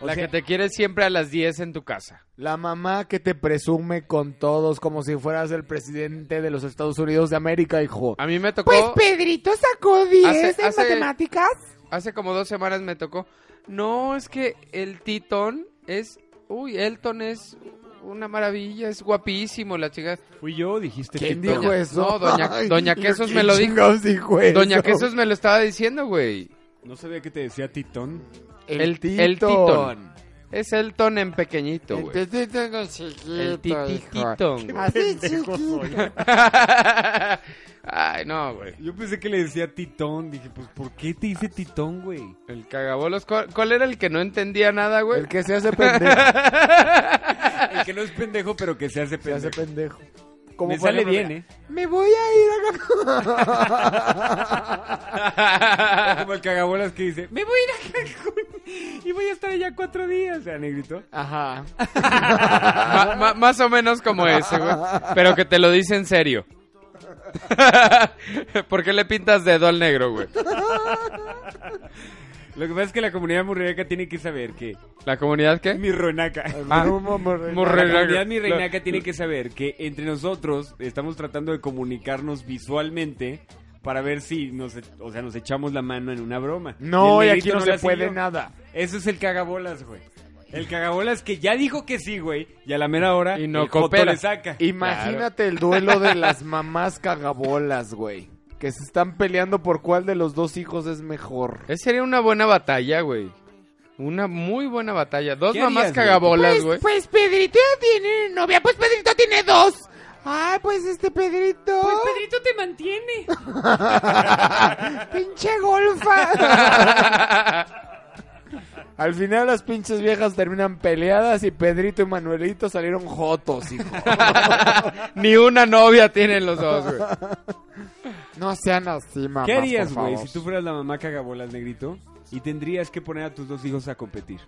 O
la
sea,
que te quiere siempre a las 10 en tu casa.
La mamá que te presume con todos como si fueras el presidente de los Estados Unidos de América, hijo.
A mí me tocó...
Pues Pedrito sacó 10
Hace-
en
hace-
matemáticas.
Hace como dos semanas me tocó. No, es que el Titón es. Uy, Elton es una maravilla, es guapísimo la chica.
Fui yo, dijiste
¿Quién
Este Tito.
dijo
Doña-
eso?
no, doña-
Ay,
doña
yo,
Quesos
¿quién
me lo dijo.
chingados dijo eso?
Doña Quesos me lo estaba diciendo, güey.
No sabía que te decía Titón.
El,
el- el
titón.
titón. Es Elton en pequeñito,
El
güey.
titito con chiquito,
El
hijo.
titititón, güey.
Así chiquito.
Ay, no, güey.
Yo pensé que le decía Titón. Dije, pues, ¿por qué te dice Titón, güey?
El cagabolos. ¿Cuál, cuál era el que no entendía nada, güey?
El que se hace pendejo.
El que no es pendejo, pero que se hace
se hace
pendejo.
pendejo.
Me
por
sale
ejemplo,
bien,
mira,
¿eh?
Me voy a ir a
Ah. Como el cagabolas que dice, me voy a ir a Cancún. Y voy a estar allá cuatro días, ¿verdad, negrito?
Ajá.
Ma- ma- más o menos como ese, güey. Pero que te lo dice en serio. ¿Por qué le pintas dedo al negro, güey?
Lo que pasa es que la comunidad murrenaca tiene que saber que...
¿La comunidad qué?
Mi ronaca. La
Ah. Murrenaca.
comunidad mi reinaca
La-
tiene que saber que entre nosotros estamos tratando de comunicarnos visualmente para ver si nos, e- o sea, nos echamos la mano en una broma.
No,
el
y
negrito
aquí no se
la
puede
siguió.
nada.
Eso es el cagabolas, güey. El cagabolas que ya dijo que sí, güey, y a la mera hora
Y no
el joto
coopera.
le saca.
Imagínate el duelo de las mamás cagabolas, güey. Que se están peleando por cuál de los dos hijos es mejor.
Esa sería una buena batalla, güey. Una muy buena batalla. Dos
¿Qué
mamás
harías, güey?
cagabolas, güey.
Pues, pues Pedrito tiene novia, pues Pedrito tiene dos. Ay, pues este Pedrito.
Pues Pedrito te mantiene.
Pinche golfa.
Al final las pinches viejas terminan peleadas y Pedrito y Manuelito salieron jotos, hijo.
Ni una novia tienen los dos, güey.
No sean así, mamás,
¿Qué harías,
por
güey,
favor.
si tú fueras la mamá cagabolas, negrito? Y tendrías que poner a tus dos hijos a competir.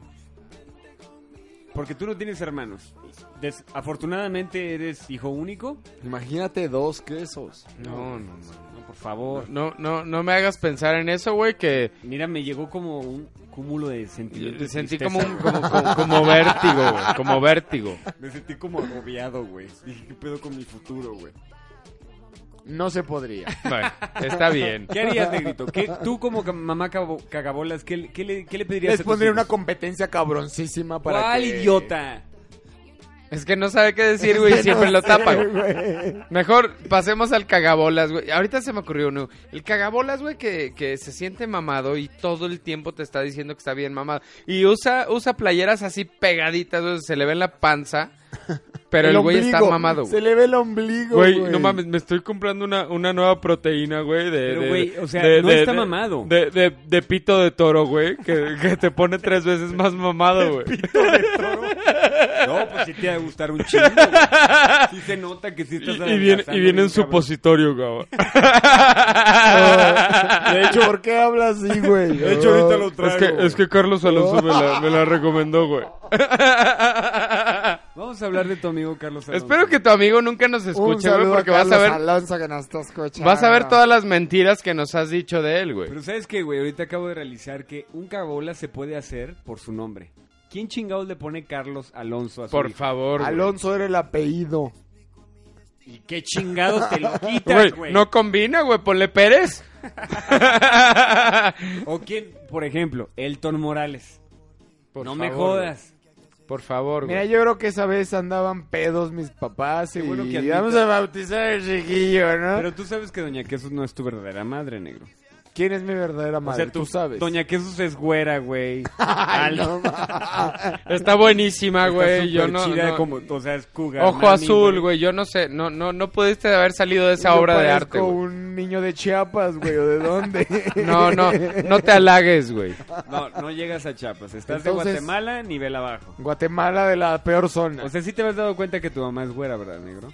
Porque tú no tienes hermanos. Des- afortunadamente eres hijo único.
Imagínate dos quesos.
No, no, no.
No, por favor.
No, no, no me hagas pensar en eso, güey, que
Mira, me llegó como un cúmulo de sentimientos. de
sentí
tristeza,
como, un,
güey.
como, como- como vértigo, güey. Como vértigo.
Me sentí como agobiado, güey. Dije, ¿qué pedo con mi futuro, güey?
No se podría.
Bueno, está bien.
¿Qué harías, negrito? ¿Qué, tú como ca- mamá cabo- cagabolas, ¿qué, le- qué le, qué le pedirías
Les
a tus
pondría
hijos?
una competencia cabroncísima para
¿Cuál
que-
idiota?
Es que no sabe qué decir, güey,
Es que
siempre
no
lo
sé,
tapa, güey.
güey.
Mejor pasemos al cagabolas, güey. Ahorita se me ocurrió uno. El cagabolas, güey, que, que se siente mamado y todo el tiempo te está diciendo que está bien mamado. Y usa, usa playeras así pegaditas, güey, se le ve en la panza. Pero el güey está
ombligo.
mamado,
Se
güey.
le ve el ombligo,
Güey,
güey.
no mames, me estoy comprando una, una nueva proteína, güey, de...
Pero,
de-
güey, o sea,
de-
no
de-
está
de-
mamado.
De, de- de pito de toro, güey, que, que te pone tres veces más mamado, güey.
No, pues sí te va a gustar un chingo, güey. Sí se nota que sí estás
Y, y viene, y
adelgazando
viene
bien,
en supositorio, cabrón.
De hecho, ¿por qué habla así, güey?
De hecho, ahorita lo traigo.
Es que, es que Carlos Alonso me la, me la recomendó, güey.
cabrón. Vamos a hablar de tu amigo Carlos Alonso.
Espero que tu amigo nunca nos
Un
escuche, güey,
saludo
porque
a
vas a ver,
Alonso que nos está escuchando.
vas a ver todas las mentiras que nos has dicho de él, güey.
Pero ¿sabes qué, güey? Ahorita acabo de realizar que un cagabolas se puede hacer por su nombre. ¿Quién chingados le pone Carlos Alonso a su
Por
hijo?
favor, güey.
Alonso era el apellido.
¿Y qué chingados te lo
Güey,
quitas, güey?
No combina, güey, ponle Pérez.
O quién, por ejemplo, Elton Morales.
Por
no
favor,
me jodas.
güey. Por favor,
Mira,
güey.
yo creo que esa vez andaban pedos mis papás y
bueno que
vamos
admitas.
a bautizar al chiquillo, ¿no?
Pero tú sabes que Doña Quesos no es tu verdadera madre, negro.
¿Quién es mi verdadera madre?
sea,
tú, sabes.
Doña Quesos es güera, güey.
Ah,
Ay,
Al-
no, ma.
Está buenísima,
está
güey. Yo
súper
no,
chida
no-
como, o sea, es cougar,
Ojo
mami,
azul, güey. Yo no sé, no, no, no pudiste haber salido de esa
Yo
obra de
parezco
arte, güey.
un niño de Chiapas, güey, ¿o de dónde?
No, no, no te halagues, güey.
No, no llegas a Chiapas. Estás de
Entonces-
Guatemala, nivel abajo.
Guatemala de la peor zona.
O sea, sí te has dado cuenta que tu mamá es güera, ¿verdad, negro?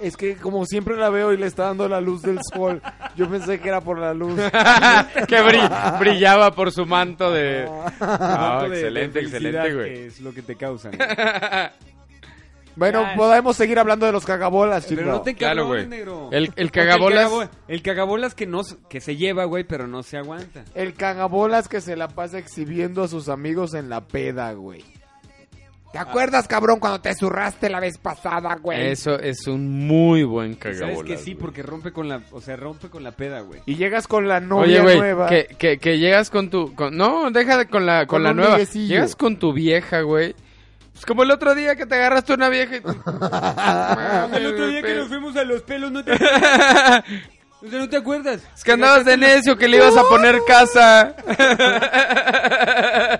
es que como siempre la veo y le está dando la luz del sol. Yo pensé que era por la luz.
que bri- brillaba por su manto de. Ah,
Tanto de-
excelente,
de felicidad
excelente, güey.
que Es lo que te causan.
Bueno, podemos seguir hablando de los cagabolas,
Pero
chico.
no te
Claro,
cabrones,
güey.
negro.
El- el
Porque
cagabolas-
El, cagabo- el cagabolas que, no, se- que se lleva, güey, pero no se aguanta.
El cagabolas que se la pasa exhibiendo a sus amigos en la peda, güey.
¿Te acuerdas, cabrón, cuando te zurraste la vez pasada, güey?
Eso Ah. es un muy buen
¿Sabes
cagabolas.
que sí?
güey.
Porque rompe con la... O sea, rompe con la peda, güey.
Y llegas con la
Oye,
novia nueva.
güey, que, que, que llegas con tu... con- no, deja de- con la, con
Con
la
un
nueva.
liguecillo.
Llegas con tu vieja, güey. Es como el otro día que te agarraste una vieja y... Mames,
El otro día que
pe-
nos fuimos a los pelos, ¿no te O sea, ¿no te acuerdas?
Es que andabas de necio que le ibas a poner casa.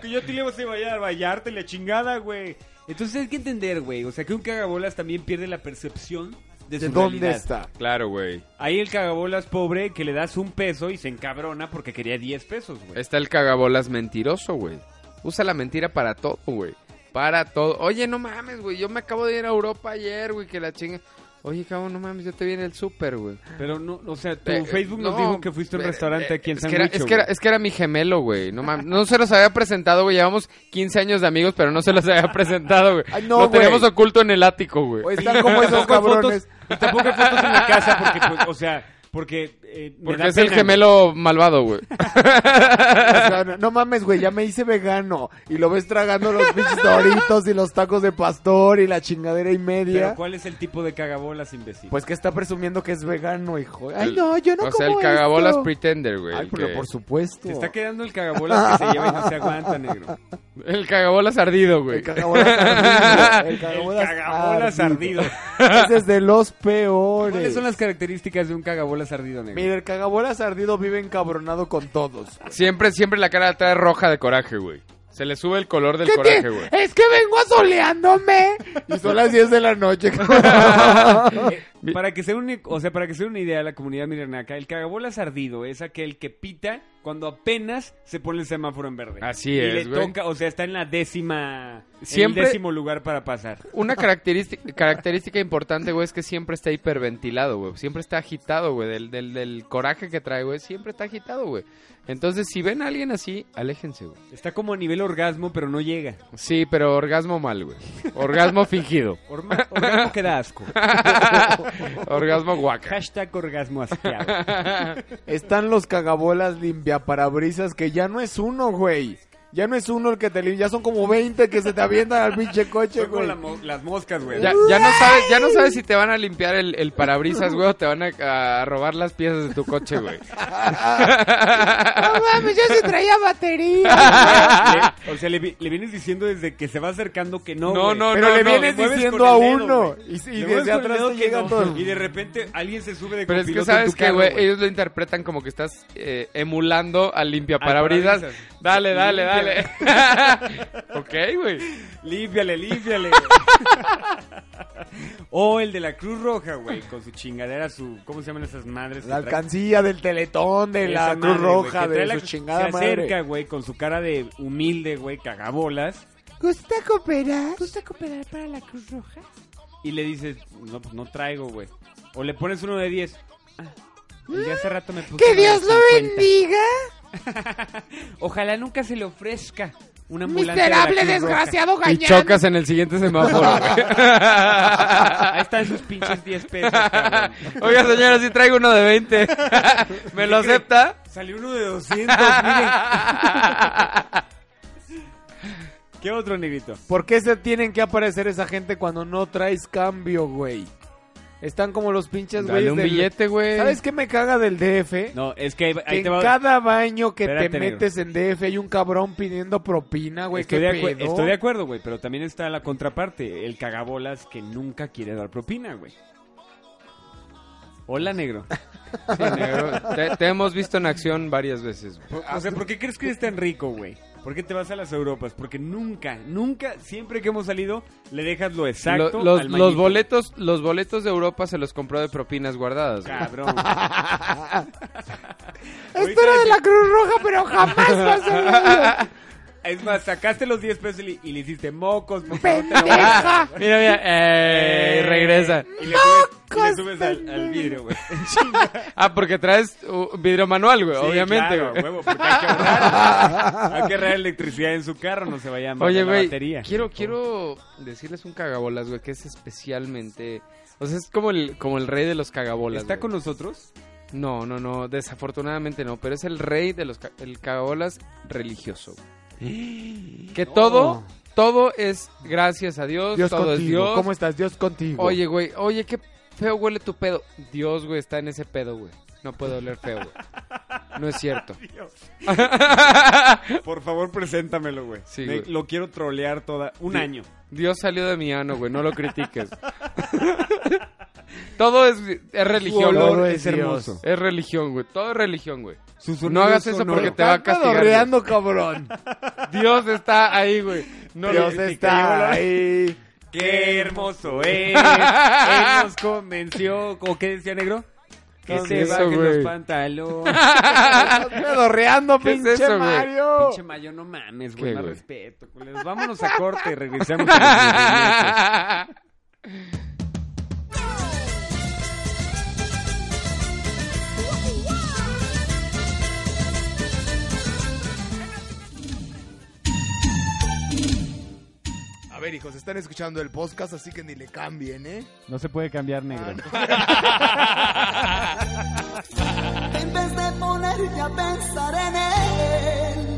Que yo te le iba a bailar, a bailarte la chingada, güey. Entonces hay que entender, güey. O sea, que un cagabolas también pierde la percepción de su
¿De dónde
realidad.
está?
Claro, güey.
Ahí el cagabolas pobre que le das un peso y se encabrona porque quería 10 pesos, güey.
Está el cagabolas mentiroso, güey. Usa la mentira para todo, güey. Para todo. Oye, no mames, güey. Yo me acabo de ir a Europa ayer, güey, que la chinga. Oye, cabrón, no mames, yo te vi en el súper, güey.
Pero no, o sea, tu
Eh,
Facebook nos
no,
dijo que fuiste a un
eh,
restaurante
eh,
aquí en
es
San
que, era, es, que era, es que era mi gemelo, güey. No, mames. no se los había presentado, güey. Llevamos 15 años de amigos, pero no se los había presentado, güey.
Ay, no,
Lo teníamos
güey.
oculto en el ático, güey.
Están como esos
Tampoco hay
cabrones.
fotos- y tampoco hay fotos en mi casa porque, pues, o sea, porque. eh, me
Porque
da
es el
pena.
gemelo malvado, güey.
No mames, güey, ya me hice vegano. Y lo ves tragando los pinches doritos y los tacos de pastor y la chingadera y
Pero
media.
¿cuál es el tipo de cagabolas, imbécil?
Pues que está presumiendo que es vegano, hijo.
El-
Ay, no, yo no
O sea,
como
el cagabolas
esto.
pretender, güey.
Ay,
el
pero
que-
por supuesto.
Te está quedando el cagabolas que se lleva y no se aguanta, negro.
El cagabolas ardido, güey.
El cagabolas ardido. El
El
cagabolas,
cagabolas ardido.
Ese es de los peores.
¿Cuáles son las características de un cagabolas ardido, negro?
Mira, el cagabolas ardido vive encabronado con todos.
Siempre, siempre la cara trae roja de coraje, güey. Se le sube el color del
¿Qué
coraje,
tiene?
güey.
Es que vengo asoleándome. Y son las 10 de la noche.
Eh, para que sea una, o sea, para que sea una idea la comunidad mirenaca, el cagabolas ardido es aquel que pita cuando apenas se pone el semáforo en verde.
Así
y
es,
le
güey.
toca, o sea, está en la décima,
Siempre-
en el décimo lugar para pasar.
Una característica, característica importante, güey, es que siempre está hiperventilado, güey. Siempre está agitado, güey. Del, del, del coraje que trae, güey. Siempre está agitado, güey. Entonces, si ven a alguien así, aléjense, güey.
Está como a nivel orgasmo, pero no llega.
Sí, pero orgasmo mal, güey. Orgasmo fingido.
Orma- orgasmo que da asco.
Orgasmo guaca.
Hashtag orgasmo asqueado.
Están los cagabolas limpiaparabrisas que ya no es uno, güey. Ya no es uno el que te limpia, ya son como 20 que se te avientan al pinche coche,
Son como
güey.
la mo- las moscas, güey.
Ya, ya no sabes, ya no sabes si te van a limpiar el, el parabrisas, güey, o te van a, a robar las piezas de tu coche, güey.
No mames, yo sí traía batería.
Le- o sea, le, vi- le vienes diciendo desde que se va acercando que no.
No,
güey.
no,
Pero
no,
le
no,
vienes
Le mueves
diciendo
con
a
el dedo,
uno.
güey.
y si- y
Le mueves
desde
con el
atrás
dedo
te
que
llegan
no.
todos.
Y de repente alguien se sube de
Pero es que
este copiloto en
sabes
tu
que,
carro,
güey, ellos lo interpretan como que estás eh, emulando al limpiaparabrisas.
parabrisas.
Dale, dale, dale. ok, güey.
Límpiale, límpiale. o el de la Cruz Roja, güey, con su chingadera, su... ¿Cómo se llaman esas madres?
La
que traen?
alcancía del Teletón, de
Esa
la
madre,
Cruz
güey,
Roja,
que trae
de
la-
su chingada
Se acerca,
madre.
güey, con su cara de humilde, güey, cagabolas.
¿Gusta cooperar?
¿Gusta cooperar para la Cruz Roja?
Y le dices, no, pues no traigo, güey. O le pones uno de 10. Ah, el de hace rato me puse
Que
uno de
Dios lo
50.
bendiga.
Ojalá nunca se le ofrezca un ambulante de la
Miserable
Cruz Roja.
desgraciado
Y
gañán.
chocas en el siguiente semáforo, güey.
Ahí están sus pinches 10 pesos, cabrón.
Oiga, señora, si traigo uno de 20. ¿Me lo
cree?
acepta?
Salió uno de 200, miren. ¿Qué otro negrito?
¿Por qué se tienen que aparecer esa gente cuando no traes cambio, güey? Están como los pinches
Dale
güeyes
un
del-
billete, güey.
¿Sabes qué me caga del DF?
No, es que ahí,
Que
ahí te
en
va.
cada baño que
Espérate,
te
negro.
metes en DF hay un cabrón pidiendo propina, güey.
estoy,
¿qué
de acu-
pedo?
estoy de acuerdo, güey, pero también está la contraparte, el cagabolas que nunca quiere dar propina, güey. Hola, negro.
Sí, negro. Te, te hemos visto en acción varias veces, güey.
O- O sea, ¿por qué crees que eres tan rico, güey? ¿Por qué te vas a las Europas? Porque nunca, nunca, siempre que hemos salido, le dejas lo exacto
Lo- los,
al
los
mañito.
boletos, los boletos de Europa se los compró de propinas guardadas, güey.
Cabrón.
Esto era de la Cruz Roja, pero jamás va a ser mío.
Es más, sacaste los 10 pesos y, le- y le hiciste mocos, por favor, te lo voy a-
¡Pendeja!
Mira, mira, eh, regresa.
Y le subes, y le
¡Mocos,
subes al, al
pendejo!
vidrio, güey.
Ah, porque traes uh, vidrio manual, güey,
Sí,
obviamente,
claro,
güey.
huevo, porque hay que ahorrar. Hay que ahorrar electricidad en su carro, no se vaya a matar
Oye,
la
güey,
batería.
quiero, quiero decirles un cagabolas, güey, que es especialmente... O sea, es como el, como el rey de los cagabolas,
¿Está
güey.
con nosotros?
No, no, no, desafortunadamente no, pero es el rey de los... ca- El cagabolas religioso, güey. Que todo, todo es gracias a Dios,
Dios
todo es
contigo.
Dios.
¿Cómo estás? Dios contigo.
Oye, güey, oye, qué feo huele tu pedo. Dios, güey, está en ese pedo, güey. No puede oler feo, güey. No es cierto.
Por favor, preséntamelo, güey.
Sí,
Me-
güey.
Lo quiero trolear toda... Un
Sí.
año.
Dios salió de mi ano, güey, no lo critiques. Todo es, es religión,
olor
güey.
es hermoso.
Es religión, güey. Todo es religión, güey.
Sus
No
sonidos
hagas eso
sonoros.
porque te va a
Están
castigar.
pedorreando, cabrón.
güey. Dios está ahí, güey. No lo
Dios
critiques.
está ahí.
¡Qué hermoso es! Él nos convenció... ¿O qué decía, negro? Que
¿Qué
se
es eso,
bajen
güey?
los pantalones.
Estás pedorreando,
¿Qué es
pinche
eso, güey?
Mario.
Pinche Mayo, no mames, güey.
¿Qué,
Más
güey?
respeto. culeros. Vámonos a corte y regresamos. a los movimientos.
hijos. Están escuchando el podcast, así que ni le cambien, ¿eh?
No se puede cambiar
Ah,
negro.
En vez de ponerte a pensar en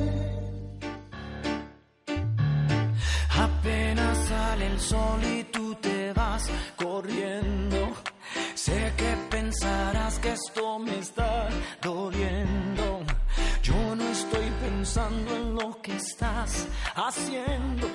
él, apenas sale el sol y tú te vas corriendo. Sé que pensarás que esto me está doliendo. Yo no estoy pensando en lo que estás haciendo.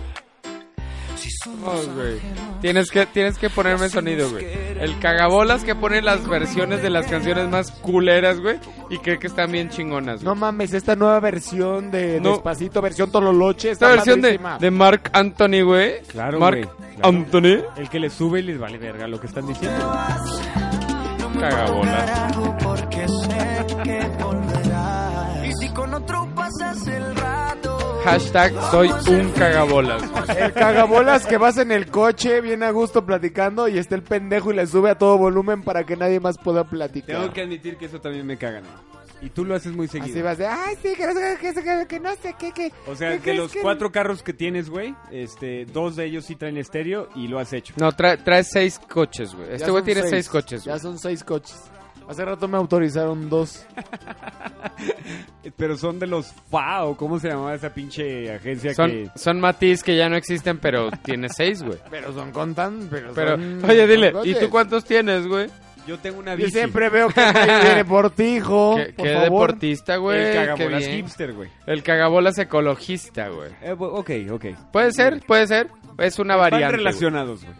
Si somos
Oh, güey. Tienes que, tienes que ponerme sonido, güey. El cagabolas que pone las versiones de las canciones más culeras, güey. Y cree que están bien chingonas, güey.
No mames, esta nueva versión de
No.
Despacito, versión Tololoche.
Esta versión de, de Mark Anthony, güey.
Claro,
Mark
güey, claro.
Anthony.
El que le sube y les vale verga lo que están diciendo.
Cagabolas.
porque sé que volverás. Y si con otro pasas el rato,
Hashtag soy un cagabolas.
Eh,
El cagabolas que vas en el coche, bien a gusto platicando, y está el pendejo y le sube a todo volumen para que nadie más pueda
Tengo
platicar.
que admitir que eso también me cagan. Y tú lo haces muy seguido.
Así vas de, ay, sí, que no sé qué, que- que no sé qué, que...
O sea,
que
de
crees
los
que-
cuatro carros que tienes, güey, este, dos de ellos sí traen estéreo y lo has hecho.
No, trae, trae seis coches, güey.
Ya
Este güey
son
tiene seis coches,
Ya
güey.
son seis coches. Hace rato me autorizaron dos.
Pero son de los FAO, ¿cómo se llamaba esa pinche agencia que...
Son, son matiz que ya no existen, pero tiene seis, güey.
Pero son contan, pero,
Pero,
son-
oye, dile,
son
¿y
coches.
tú cuántos tienes, güey?
Yo tengo una
Yo
bici.
siempre veo que nadie viene por ti,
Oh,
hijo.
Qué,
por
qué
favor.
deportista, güey.
El cagabolas
qué bien.
hipster, güey.
El cagabolas ecologista, güey.
Eh, bu- ok, ok.
Puede ser, puede ser. Es una
Van
variante.
relacionados, güey.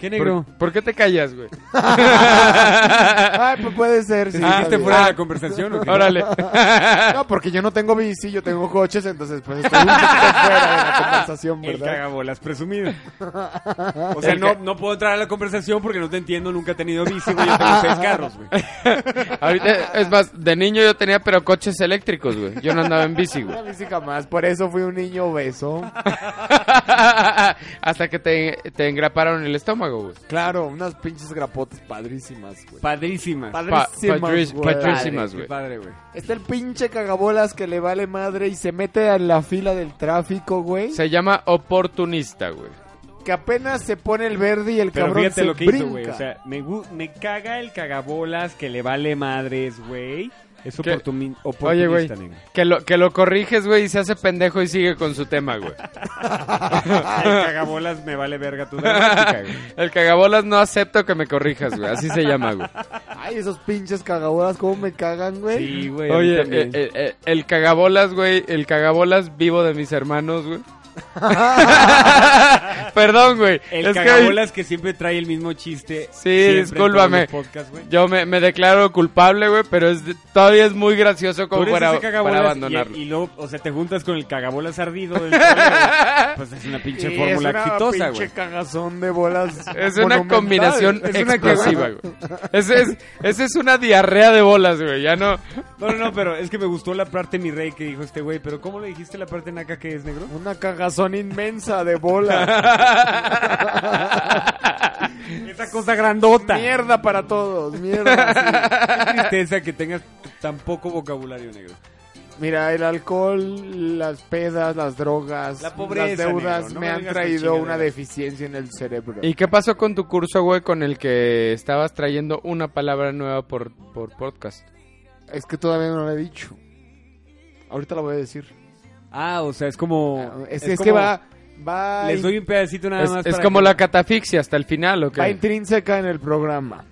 ¿Qué
güey.
negro?
¿Por, Ah, por qué te callas, güey?
Ay, pues puede ser. sí,
Ah,
está
¿viste
bien.
fuera de la
Ah,
conversación o qué? Órale.
No, porque yo no tengo bici, yo tengo coches, entonces pues estoy un poquito fuera de la conversación,
El
¿verdad?
cagabolas presumido. O sea,
El
no,
ca-
no puedo entrar a la conversación porque no te entiendo, nunca he tenido bici, güey. Yo tengo seis carros, güey.
Ahorita, es más, de niño yo tenía, pero coches eléctricos, güey. Yo no andaba en bici, güey.
La bici jamás, por eso fui un niño obeso.
Hasta que te, te engraparon el estómago, güey.
Claro, unas pinches grapotas padrísimas, güey.
Padrísimas.
Padrísimas,
Pa- padris-
güey.
padrísimas,
Qué
güey.
padre, güey.
Está el pinche cagabolas que le vale madre y se mete a la fila del tráfico, güey.
Se llama oportunista, güey.
Que apenas se pone el verde y el
Pero
cabrón
fíjate
se
lo que
brinca.
hizo, güey. O sea, me, gu- me caga el cagabolas que le vale madres, güey. Es
¿Qué?
oportuni-
Oye, güey,
oportunista, negro.
que lo, que lo corriges, güey, y se hace pendejo y sigue con su tema, güey.
Ah, El cagabolas me vale verga tu dramática, güey.
El cagabolas no acepto que me corrijas, güey. Así se llama, güey.
Ay, esos pinches cagabolas, cómo me cagan, güey.
Sí, güey. a mí
Oye,
también.
eh, eh, eh, el cagabolas, güey, el cagabolas vivo de mis hermanos, güey. Perdón, güey.
El
es que hoy-
cagabolas que... siempre trae el mismo chiste.
Sí,
siempre en
discúlpame.
todos los podcasts, güey.
Yo me, me declaro culpable, güey, pero es, de- todavía es muy gracioso
Tú
como
eres
para,
ese cagabolas
para
y-
abandonarlo.
Y, luego, o sea, te juntas con el cagabolas ardido. del pueblo, güey. pues es una pinche
Sí,
fórmula
es una
exitosa,
pinche
güey.
cagazón de bolas.
Es una
monumental.
combinación
Es una
explosiva,
cagazón.
güey. Esa es, esa es una diarrea de bolas, güey. Ya no.
No, no, no, pero es que me gustó la parte mi rey que dijo este güey. Pero ¿cómo le dijiste la parte naca que es negro?
Una cagazón inmensa de bolas.
Esa cosa grandota.
mierda para todos, mierda.
Qué tristeza que tengas tan poco vocabulario negro.
sí. Mira, el alcohol, las pedas, las drogas,
La pobreza,
las deudas
negro, no
me
me
han
vengas con
traído
chingaderas.
una deficiencia en el cerebro.
¿Y qué pasó con tu curso, güey, con el que estabas trayendo una palabra nueva por, por podcast?
Es que todavía no lo he dicho. Ahorita lo voy a decir.
Ah, o sea, es como.
Ah,
Es,
es
es que
como-
va, va,
Les
in-
doy un pedacito nada
Es,
más.
es
para
como
que-
la catafixia hasta el final, ¿o qué?
va intrínseca en el programa.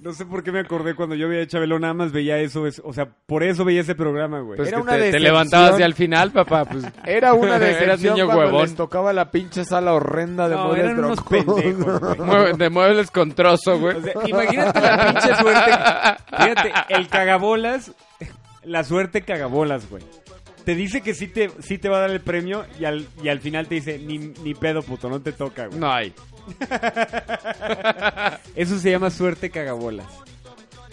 No sé por qué me acordé cuando yo veía a Chabelo, nada más veía eso. es- o sea, por eso veía ese programa, güey.
Pues
Era
que
una
te, te
decepción.
levantabas ya al final, papá. Pues,
Era una
Eras
decepción
niño
cuando
huevón.
les tocaba la pinche sala horrenda de
No,
muebles
eran unos
troncos.
pendejos, güey.
Mueve- de muebles con trozo, güey.
O sea, imagínate la pinche suerte. Fíjate, el cagabolas, la suerte cagabolas, güey. Te dice que sí te, sí te va a dar el premio y al, y al final te dice, ni, ni pedo, puto, no te toca, güey.
No hay.
Eso se llama suerte cagabolas.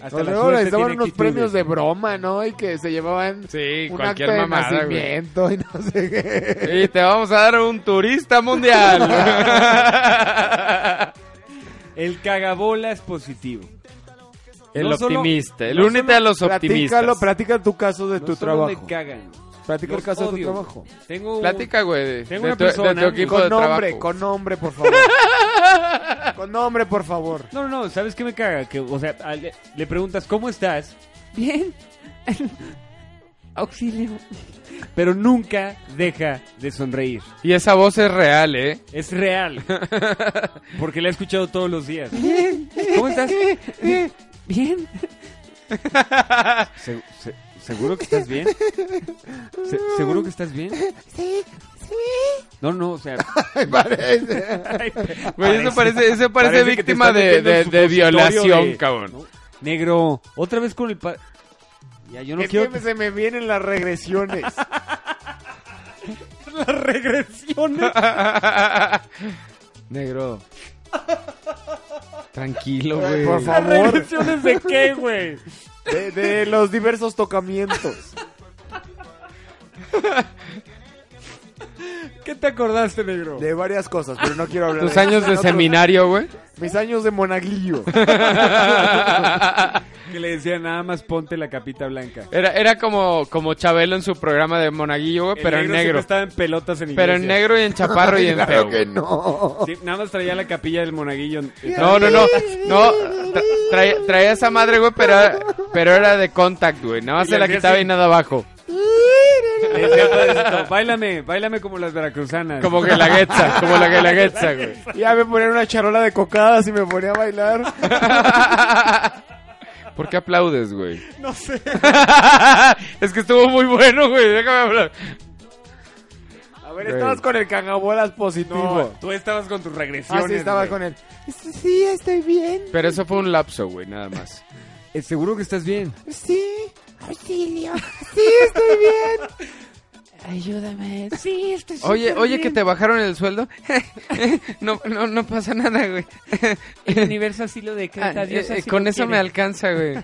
Hasta
Pero
la
luego
suerte
les daban
tiene
unos
actitudes.
premios de broma, ¿no? Y que se llevaban
Sí,
un
cualquier
acta de
mamada, güey.
nacimiento y no sé qué.
Y te vamos a dar un turista mundial.
El cagabolas positivo.
el
No solo-
optimista. El
no
únete
solo
a los optimistas.
Platícalo, platica tu caso de
No
tu
solo
trabajo.
me cagan,
Platica el
Los
caso de tu
odio.
trabajo.
Tengo un-
Platica, güey.
Tengo
de
una
tu- de tu
persona.
equipo
Con
de
nombre,
trabajo.
con nombre, por favor. con nombre, por favor.
No, no, no, ¿sabes qué me caga? Que, o sea, a- le, le preguntas, ¿cómo estás? Bien. Auxilio. Pero nunca deja de sonreír.
Y esa voz es real, ¿eh?
Es real. Porque la he escuchado todos los días. ¿Cómo estás? Bien. Se- se- ¿Seguro que estás bien? Se- ¿Seguro que estás bien?
Sí, sí.
No, no, o sea...
Parece.
Ay,
Güey, eso parece- eso parece
que te
víctima
están
de-
metiendo
de-
en su
de
consultorio
violación, cabrón.
¿no? Negro, otra vez con el... pa- Ya, yo no
Es
quiero...
que se me vienen las regresiones.
las regresiones.
Negro. Tranquilo, güey.
¿Las
Por favor.
regresiones de qué, güey?
De, de los diversos tocamientos.
¿Qué te acordaste, negro?
De varias cosas, pero no quiero hablar.
Tus
eso.
años de
En otro-
seminario, güey.
Mis años de monaguillo.
que le decía nada más ponte la capita blanca.
Era, era como, como Chabelo en su programa de Monaguillo, güey,
El
pero en
siempre
negro.
estaba en pelotas en
Pero en
iglesia.
negro y en chaparro y en
Claro
feo.
que no.
Sí, nada más traía la capilla del monaguillo.
No, no, no. No, tra- traía, traía esa madre, güey, pero, pero era de contact, güey. Nada más
Y
se
le
la
hacía
quitaba
así.
y nada abajo.
Le decía al padrecito, Báilame, báilame como las veracruzanas.
Como que la guetza, como la que la guetza, güey.
Ya me ponían una charola de cocadas y me ponía a bailar.
¿Por qué aplaudes, güey?
No sé.
es que estuvo muy bueno, güey. Déjame hablar.
A ver, estabas con el cagabolas
No,
positivo.
tú estabas con tus regresiones.
Ah, sí, estabas
güey.
con él.
Sí, estoy bien.
Pero eso fue un lapso, güey, nada más.
Eh, Seguro que estás bien.
Sí, auxilio. Sí, estoy bien. Ayúdame. Sí,
este
estoy
Oye,
súper
oye, que
bien.
te bajaron el sueldo. no, no, no pasa nada, güey.
El universo así lo decreta.
Ah,
Dios
eh,
así
eh, con
lo
eso
quiere.
me alcanza, güey.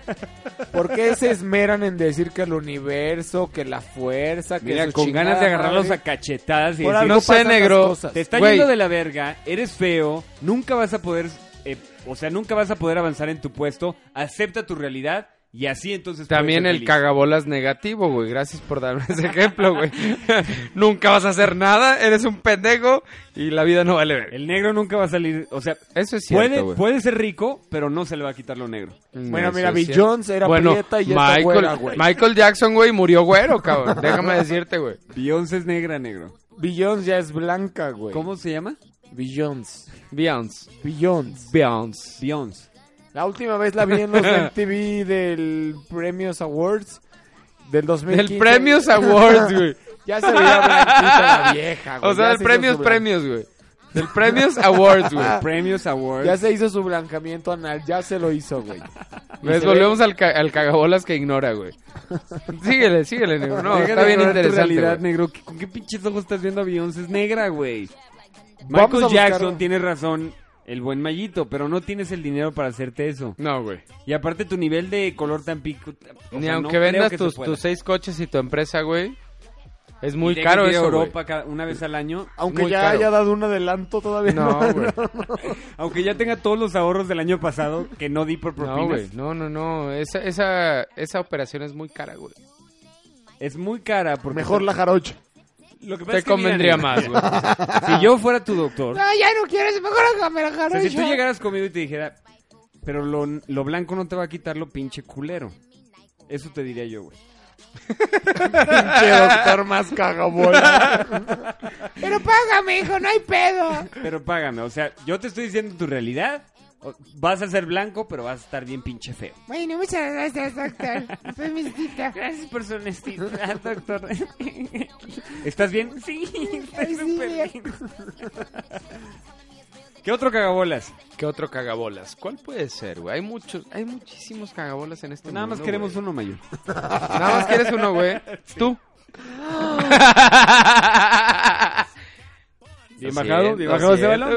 ¿Por qué se esmeran en decir que el universo, que la fuerza, que
Mira,
su
con
chingada
ganas de agarrarlos a
madre?
cachetadas y
Por
decir,
algo
No sé,
pasan las
negro.
cosas.
Te está
Güey.
yendo de la verga, eres feo, nunca vas a poder, eh, o sea, nunca vas a poder avanzar en tu puesto, acepta tu realidad y así entonces... puedes
También
ser
el
feliz.
cagabolas negativo, güey. Gracias por darme ese ejemplo, güey. Nunca vas a hacer nada, eres un pendejo y la vida no vale ver.
El negro nunca va a salir, o sea,
Eso es cierto,
puede,
güey.
puede ser rico, pero no se le va a quitar lo negro.
Bueno,
Eso
mira,
es
Bill
cierto.
Jones era
Bueno,
prieta y
Michael,
está güera, güey.
Michael Jackson, güey, murió güero, cabrón. Déjame decirte, güey.
Beyoncé es negra, negro.
Bill Jones ya es blanca, güey.
¿Cómo se llama?
Bill Jones.
Beyoncé.
Bill Jones.
Beyoncé.
Beyoncé.
La última vez la vi en los MTV del Premios Awards del 2015.
Del Premios Awards, güey.
Ya se veía blanquita la vieja, güey.
O sea,
Ya
del
se hizo
Premios
su Ah, blan-
Premios, güey. Del Premios Awards, güey.
Premios Awards.
Ya se hizo su blancamiento anal, ya se lo hizo, güey. Y
¿Ves?
se
Volvemos al, ca- al cagabolas que ignora, güey. Síguele, síguele, negro. No,
Deja
está
de
bien
ignorar tu
interesante.
realidad,
güey.
negro. ¿Qué- ¿Con qué pinches ojos estás viendo a Beyoncé? Es negra, güey.
Vamos a
Michael
buscar-
Jackson tiene razón, el buen mallito, pero no tienes el dinero para hacerte eso.
No, güey.
Y aparte tu nivel de color tan pico. o
Ni
sea, no
aunque
creo
vendas
que se
tus,
pueda.
tus seis coches y tu empresa, güey. Es muy
Y tengo
caro
que ir a
eso, güey.
Europa cada- una vez al año.
Aunque
Muy
ya
caro.
haya dado un adelanto todavía.
No, güey.
Aunque ya tenga todos los ahorros del año pasado que no di por propinas.
No, güey. No, no, no. Esa, esa, esa operación es muy cara, güey.
Es muy cara porque
Mejor la jarocha.
Lo que pasa
Te
es que, mira,
convendría
nena,
más, güey.
Si yo fuera tu doctor,
No, ya no quieres. Mejor hágame la
o sea, si tú
jarocha.
llegaras conmigo y te dijera, pero lo, lo blanco no te va a quitar lo pinche culero. Eso te diría yo, güey.
Pinche doctor más cagabola.
Pero págame, hijo, no hay pedo.
Pero págame, o sea, yo te estoy diciendo tu realidad. o- Vas a ser blanco, pero vas a estar bien pinche feo.
Bueno, muchas gracias, doctor. Soy misquita.
Gracias por su honestidad, doctor. ¿Estás bien? Sí,
Ay, sí, bien.
¿Qué otro cagabolas?
¿Qué otro cagabolas? ¿Cuál puede ser, güey? Hay muchos, hay muchísimos cagabolas en este
Nada más
mundo,
queremos
güey.
uno eh. mayor.
Nada más quieres uno, güey. Tú.
Bien bajado, bien bajado,
se
Sebalo.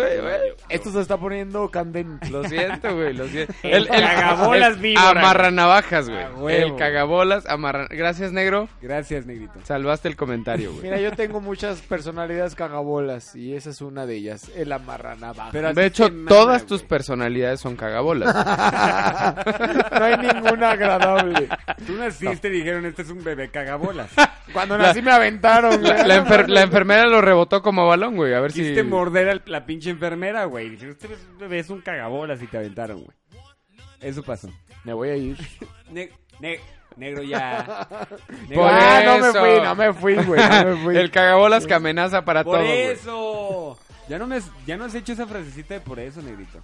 Esto se está poniendo candente.
Lo siento, güey, lo siento.
El cagabolas víbora.
Amarranavajas, güey.
A huevo.
El cagabolas amarran... Gracias, negro.
Gracias, negrito.
Salvaste el comentario, güey.
Mira, yo tengo muchas personalidades cagabolas y esa es una de ellas, el amarranavajas.
de hecho, todas tus personalidades son cagabolas.
no hay ninguna agradable.
Tú naciste y dijeron, este es un bebé cagabolas.
Cuando nací me aventaron,
La,
güey.
la enfer- la enfermera lo rebotó como balón, güey. A ver si.
Quisiste morder a la pinche enfermera, güey. Dijeron, este es un bebé, es un cagabolas y te aventaron, güey. Eso pasó.
Me voy a ir.
Ne- ne- negro ya. Negro,
Por
Ah, no me
eso.
fui, no me fui, güey, no me fui.
el cagabolas que amenaza para
por
todo. güey.
eso. Ya no, me, has- ya no has hecho esa frasecita de por eso, negrito.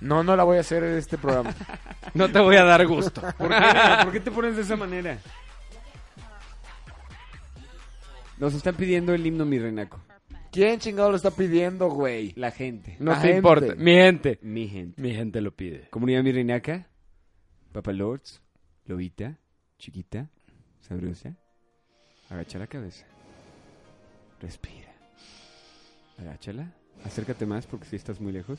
No, no la voy a hacer en este programa.
No te voy a dar gusto.
¿Por qué, ¿Por qué te pones de esa manera? Nos están pidiendo el himno, mi renaco.
¿Quién chingado lo está pidiendo, güey?
La gente.
No
La
te importa.
gente.
Mi gente.
Mi gente.
Mi gente lo pide.
Comunidad Mirinaca, Papalords, Lobita, Chiquita, Sabrosa. Agacha la cabeza. Respira. Agáchala. Acércate más porque si estás muy lejos.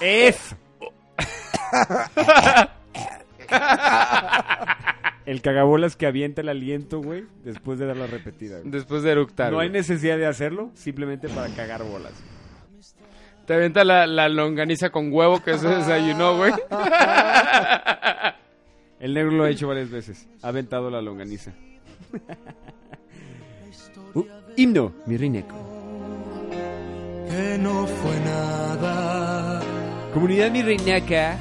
¡Es! El cagabolas que avienta el aliento, güey, después de dar la repetida. güey.
Después de eructar.
No hay
güey.
necesidad de hacerlo, simplemente para cagar bolas.
Te avienta la, la longaniza con huevo que se desayunó, güey.
El negro lo ha hecho varias veces. Ha aventado la longaniza. Uh, himno, mi rineco.
Que no fue nada.
Comunidad mi reinaca.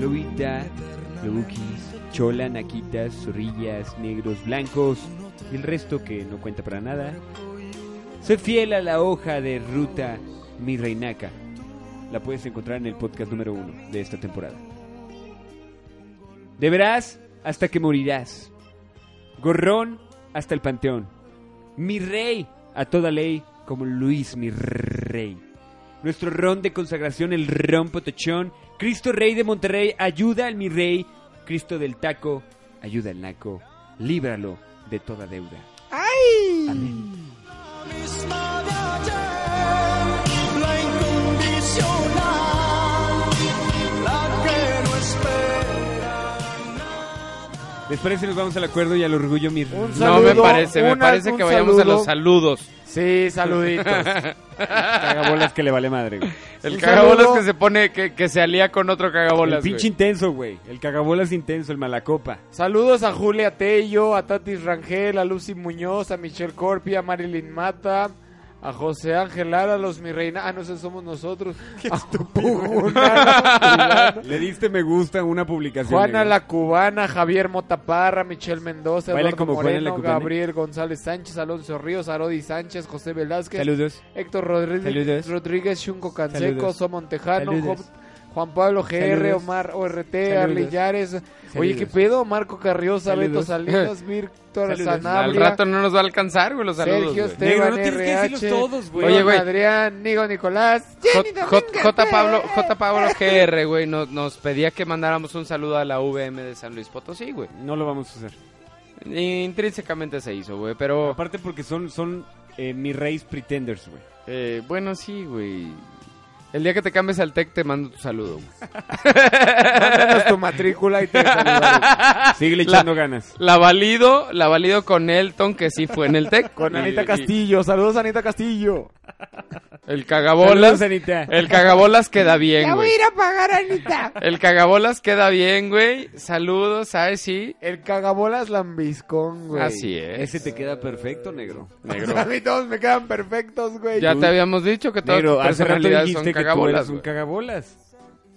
Lobita, lobuquis, chola, naquitas, zorrillas, negros, blancos y el resto que no cuenta para nada. Soy fiel a la hoja de ruta mi reinaca. La puedes encontrar en el podcast número uno de esta temporada. Deberás hasta que morirás. Gorrón hasta el panteón. Mi rey a toda ley como Luis mi rey. Nuestro ron de consagración, el ron potochón. Cristo Rey de Monterrey, ayuda al mi rey. Cristo del taco, ayuda al naco. Líbralo de toda deuda.
¡Ay!
Amén.
misma de ayer, la incondicional, la que no espera.
¿Les parece? Nos vamos al acuerdo y al orgullo, mi rey.
No me parece, me
una-
parece que
un
vayamos a
saludo.
los saludos.
Sí, saluditos.
Cagabolas que le vale madre. güey.
El
Un
cagabolas
saludo.
que se pone, que, que se alía con otro
El
cagabolas.
pinche
güey.
intenso, güey. El cagabolas intenso, el malacopa.
Saludos a Julia Tello, a Tatis Rangel, a Lucy Muñoz, a Michelle Corpi, a Marilyn Mata, a José Ángel Lara, a los mi reina. Ah, no sé, somos nosotros. A Puguna,
Le diste me gusta a una publicación.
Juana
negro.
la Cubana, Javier Motaparra, Michelle Mendoza,
Baila
Eduardo
como Juana la
Moreno,
Cubana.
Gabriel González Sánchez, Alonso Ríos, Arodi Sánchez, José Velázquez,
Saludos.
Héctor Rodríguez,
Saludos.
Rodríguez Chunco Canseco,
Saludos.
So Montejano,
Saludos.
Jo- Juan Pablo GR,
Saludos.
Omar ORT,
Saludos.
Arli Llares. Oye, ¿qué pedo? Marco Carriosa, Beto
Saludos.
Salinas, Víctor
Saludos.
Al
Sanabria,
rato no nos va a alcanzar, güey, los saludos.
Sergio este,
güey.
Esteban,
Negro, no tienes que
RH,
decirlos todos, güey.
Oye, güey.
Adrián, Nigo Nicolás, Jenny
J, J-
Domínguez,
J Pablo,
eh.
J Pablo GR, güey, nos, nos pedía que mandáramos un saludo a la VM de San Luis Potosí, güey.
No lo vamos a hacer.
Intrínsecamente se hizo, güey, pero...
Aparte porque son, son eh, mi reyes pretenders, güey.
eh, bueno, sí, güey. El día que te cambies al TEC te mando tu saludo, güey.
Mándanos tu matrícula y te saludaremos.
Sigue echando ganas.
La valido, la valido con Elton, que sí fue en el TEC.
Con
Y-
Anita
y-
Castillo, saludos Anita Castillo.
El cagabolas.
Saludos, Anita.
El cagabolas queda bien,
La voy
güey.
a ir a pagar, Anita.
El cagabolas queda bien, güey. Saludos, ¿sabes? Sí.
El cagabolas lambiscón, güey.
Así es.
Ese te queda perfecto, negro.
Negro.
A mí todos me quedan perfectos, güey.
Ya te habíamos dicho que todas
Negro,
tus
hace rato
personalidades
dijiste
son
que tú eras
cagabolas.
un
güey.
cagabolas.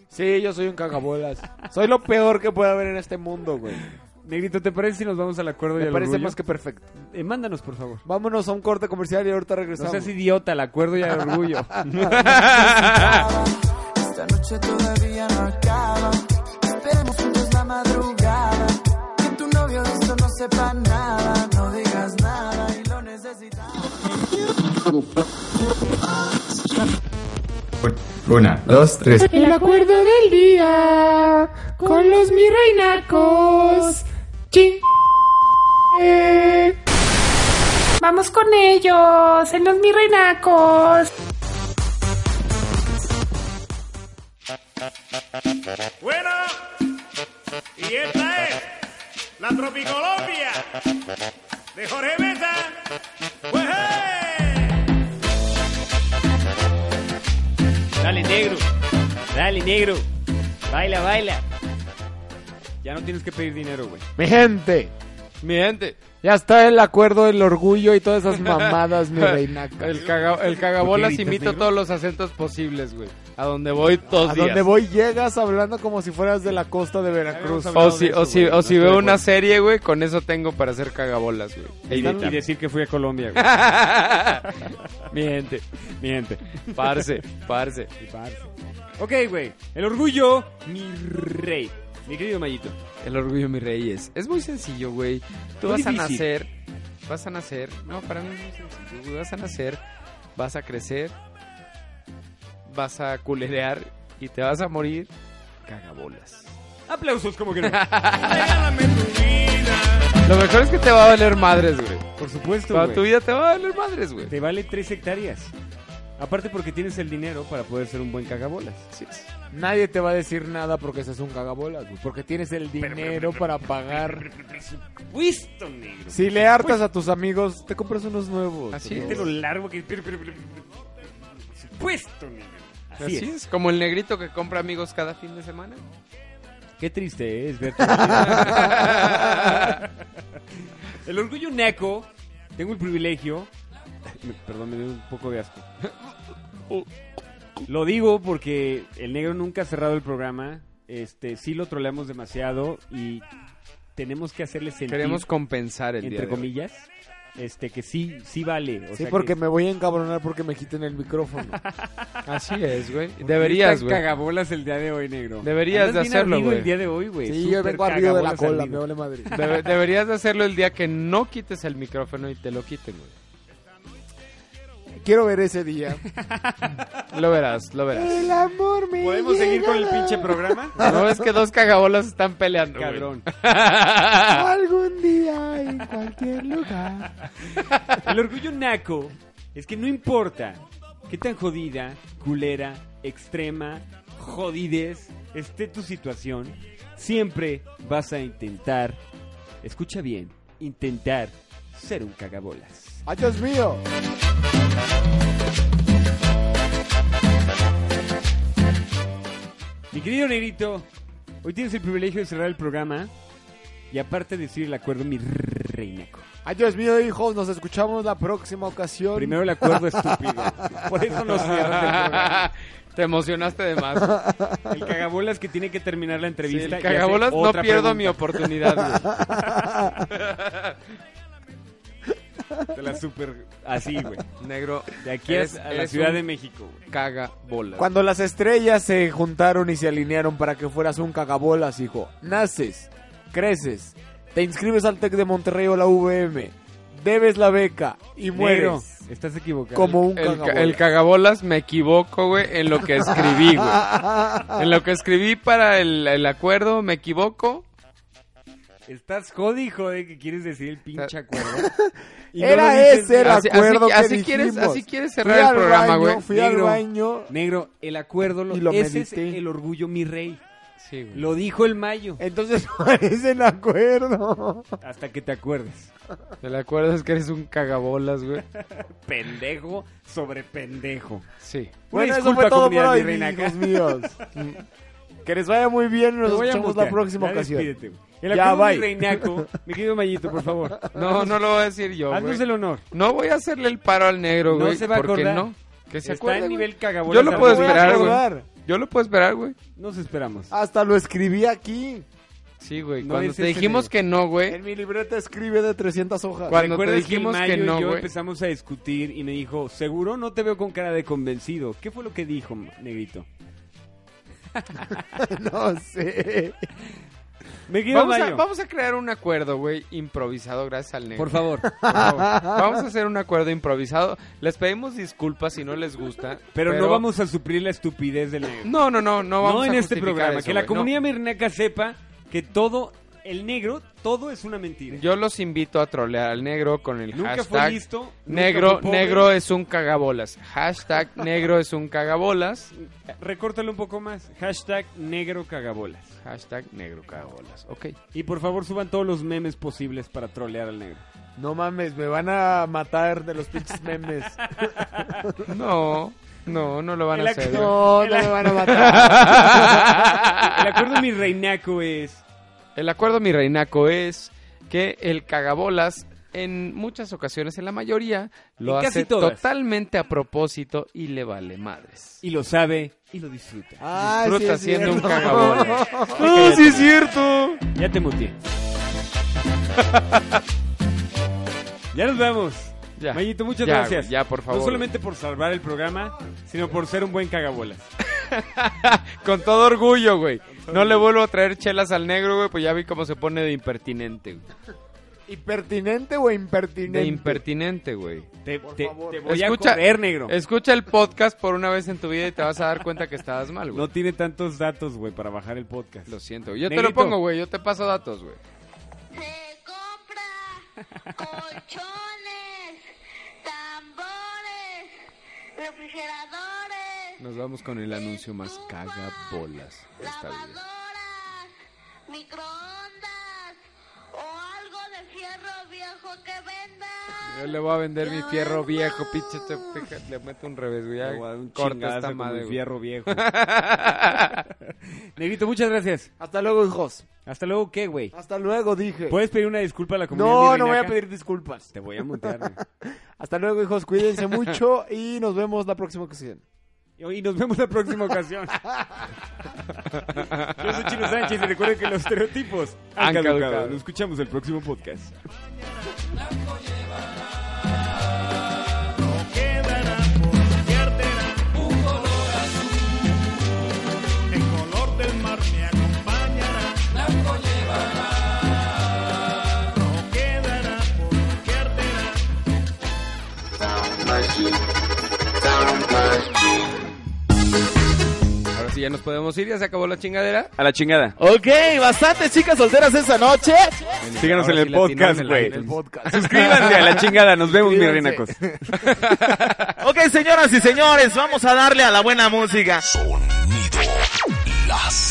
Sí, yo soy un cagabolas. Soy lo peor que puede haber en este mundo, güey.
Negrito, ¿te parece si nos vamos al acuerdo y
Me
al
parece
orgullo?
más que perfecto.
Eh, mándanos, por favor.
Vámonos a un corte comercial y ahorita
No
regresamos.
seas idiota, al acuerdo y al orgullo.
Esta noche todavía no acaba. Esperemos juntos la madrugada. Que tu novio de esto no sepa nada. No digas nada y lo necesitas.
Una, dos, tres.
El acuerdo del día con los mi reinacos. Ching. Eh.
vamos con ellos en los mirrinacos.
Bueno, y esta es la Tropicolombia de Jorge Mesa. Pues,
Dale, negro. Dale, negro. Baila, baila. Ya no tienes que pedir dinero, güey.
Mi gente.
Mi gente.
Ya está el acuerdo del orgullo y todas esas mamadas, mi reina.
El, caga- el cagabolas imita todos los acentos posibles, güey. A donde voy todos
A
días.
donde voy llegas hablando como si fueras de la costa de Veracruz.
O si, o si, o si veo una serie, güey, con eso tengo para hacer cagabolas, güey.
Y, de- y decir que fui a Colombia, güey.
Miente,
miente.
Parce, parce.
Ok, güey. El orgullo, mi rey. Mi querido Mayito.
El orgullo, mi rey, es. Es muy sencillo, güey. Tú
Muy
vas a
difícil.
nacer. Vas a nacer. No, para mí es muy sencillo, güey. Vas a nacer, vas a crecer, vas a culerear y te vas a morir. Cagabolas.
Aplausos como que no.
Lo mejor es que te va a valer madres, güey.
Por supuesto,
Para
güey.
tu vida te va a valer madres, güey.
Te vale tres hectáreas. Aparte porque tienes el dinero para poder ser un buen cagabolas.
Nadie te va a decir nada porque seas un cagabolas, güey. Porque tienes el dinero para pagar.
Presupuesto, negro.
Si le hartas a tus amigos, te compras unos nuevos.
Así
¿no?
Este es. lo largo que... pero- pero- pero- pero- Presupuesto, negro. Así,
Así,
es.
es. Como el negrito que compra amigos cada fin de semana.
Qué triste es ver tu vida. El orgullo neco, tengo el privilegio. Me- Perdón, me dio un poco de asco. Oh. Lo digo porque el negro nunca ha cerrado el programa. Este, sí lo troleamos demasiado y tenemos que hacerle sentir.
Queremos compensar el día
entre
de hoy.
comillas, este que sí, sí vale. O
Sí,
sea
porque
que-
me voy a encabronar porque me quiten el micrófono.
Así es, güey.
¿Por qué
Deberías,
tan
güey.
cagabolas el día de hoy, negro.
Deberías
Andas
de
bien
hacerlo,
ardido
güey.
el día de hoy, güey.
Sí, yo
Súper
vengo arriba de la
cagabolas
cola, me
ardido.
vale madre.
Debe- deberías de hacerlo el día que no quites el micrófono y te lo quiten, güey.
Quiero ver ese día.
Lo verás, lo verás.
El amor me
¿Podemos seguir con el pinche programa?
No es que dos cagabolas están peleando, güey.
Cabrón.
Algún día en cualquier lugar.
El orgullo naco es que no importa qué tan jodida, culera, extrema, jodidez esté tu situación, siempre vas a intentar, escucha bien, intentar ser un cagabolas.
¡Ay, Dios mío!
Mi querido negrito, hoy tienes el privilegio de cerrar el programa y aparte decir el acuerdo mi reinaco.
¡Ay, Dios mío, hijos! Nos escuchamos la próxima ocasión.
Primero el acuerdo estúpido. Por eso no cierras el programa.
Te emocionaste de más.
El cagabolas que tiene que terminar la entrevista.
Sí, el
y hace
cagabolas no
otra
pierdo
pregunta.
mi oportunidad,
Te la super. Así, güey.
güey. Negro.
De aquí
eres-
a la
eres
Ciudad
un
de México, güey.
Cagabolas.
Cuando las estrellas se juntaron y se alinearon para que fueras un cagabolas, hijo, naces, creces, te inscribes al TEC de Monterrey o la UVM, debes la beca y
Negro,
mueres
estás equivocado.
como un
El,
cagabolas.
ca- el cagabolas me equivoco, güey, en lo que escribí, güey. En lo que escribí para el, el acuerdo me equivoco.
Estás jodi, y jode que quieres decir el pinche acuerdo. Y no lo
Era
dices,
ese el
Así- así-
acuerdo que
así quieres-
dijimos.
así quieres
Fui
cerrar el
al
programa,
baño,
güey.
Fui al
Negro.
baño,
Negro, el acuerdo lo,
Y lo
ese es
medité.
el orgullo, mi rey.
Sí, güey.
Lo dijo el mayo.
entonces no es el acuerdo.
Hasta que te acuerdes.
¿Te la acuerdas que eres un cagabolas, güey?
Pendejo sobre pendejo.
Sí.
Bueno, eso
disculpa,
fue todo por
comunidad
hoy,
virreinaca.
hijos míos. que les vaya muy bien, nos
Te voy a
vemos la
mutear.
próxima
Ya
ocasión.
despídete, güey. El
Ya,
acuerdo, mi
bye.
reinaco. Mi querido Mayito, por favor.
No, no lo voy a decir yo, güey.
Haznos el honor.
No voy a hacerle el paro al negro,
No
güey.
se va a
¿por qué
acordar.
no? Que se
Está
acuerde.
en
güey.
nivel cagabolas.
Yo lo puedo
voy a
esperar, güey.
acordar.
Yo lo puedo esperar, güey.
Nos esperamos.
Hasta lo escribí aquí.
Sí, güey.
No
Cuando
es
te
ese
dijimos
negro.
que no, güey.
En mi libreta escribe de 300 hojas.
Cuando te
¿Recuerdas
dijimos
que,
que,
el Mayo
no,
y yo
güey.
empezamos a discutir y me dijo, seguro no te veo con cara de convencido. ¿Qué fue lo que dijo, negrito?
no sé.
Me querido
Vamos a,
Mayo,
vamos a crear un acuerdo, güey, improvisado gracias al negro.
por favor.
Por favor. Vamos a hacer un acuerdo improvisado. Les pedimos disculpas si no les gusta.
Pero, no vamos a suplir la estupidez del negro.
No, no, no, no
No,
vamos a
en este
justificar
programa.
eso,
que la
güey, no.
comunidad mirnaca sepa que todo el negro, todo es una mentira.
Yo los invito a trolear al negro con el
Nunca
hashtag
fue listo, nunca
negro,
fue pobre.
negro es un cagabolas. Hashtag negro es un cagabolas.
Recórtalo un poco más. Hashtag negro cagabolas.
Hashtag negro cagabolas. Ok.
Y por favor suban todos los memes posibles para trolear al negro.
No mames, me van a matar de los pinches memes.
No, no, no lo van a
ac-
hacer.
No,
el
no
ac-
me van a matar.
el acuerdo mi reinaco es...
El acuerdo, mi reinaco, es que el cagabolas en muchas ocasiones, en la mayoría, lo
En casi
hace
todas.
totalmente a propósito y le vale madres.
Y lo sabe y lo disfruta.
Ah, Disfruta
sí es
siendo un
cierto.
cagabolas.
No, sí es
cierto.
Ya te muteé. ya nos vamos.
Ya.
Mayito, muchas
Ya,
gracias.
güey, ya, por favor,
No solamente por salvar el programa, sino por ser un buen cagabolas.
Con todo orgullo, güey. No le vuelvo a traer chelas al negro, güey, pues ya vi cómo se pone de impertinente. güey.
¿Hipertinente o impertinente?
De impertinente, güey.
Te, te- te voy
Escucha,
a correr, negro.
escucha el podcast por una vez en tu vida y te vas a dar cuenta que estabas mal, güey.
No tiene tantos datos, güey, para bajar el podcast.
Lo siento. Yo te lo
Negrito.
pongo, güey. Yo te paso datos, güey.
Colchones, tambores, refrigeradores,
Nos vamos con el anuncio más cagabolas de esta vida.
lavadoras, microondas o algo de fierro viejo que venda.
Yo le voy a vender mi fierro viejo, pinche chapteca. Le meto un revés, güey. Ya
Le voy a dar un
Corta
chingazo
esta
con
madre.
mi
güey.
fierro viejo. Negrito, muchas gracias.
Hasta luego, hijos.
Hasta luego, ¿qué, güey?
Hasta luego, dije.
¿Puedes pedir una disculpa a la comunidad?
no, no voy
virreinaca?
a pedir disculpas.
Te voy a mutear. güey.
Hasta luego, hijos. Cuídense mucho y nos vemos la próxima ocasión.
Y nos vemos la próxima ocasión. Yo soy Chino Sánchez y recuerden que los estereotipos han
Han
caducado.
caducado.
Nos escuchamos el próximo podcast.
quedará por arderá un color azul. El color del mar me acompañará. Blanco llevará. No quedará por arderá.
Sound machine. Sound machine.
Ahora sí, ya nos podemos ir. Ya se acabó la chingadera.
A la chingada.
Ok, bastantes chicas solteras esa noche.
Síganos
Ahora
en el
sí la atinaron
podcast,
en la
güey.
iTunes.
Suscríbanse a la chingada. Nos vemos, mis
Suscríbanse.
renacos.
Ok, señoras y señores, vamos a darle a la buena música.
Sonido láser.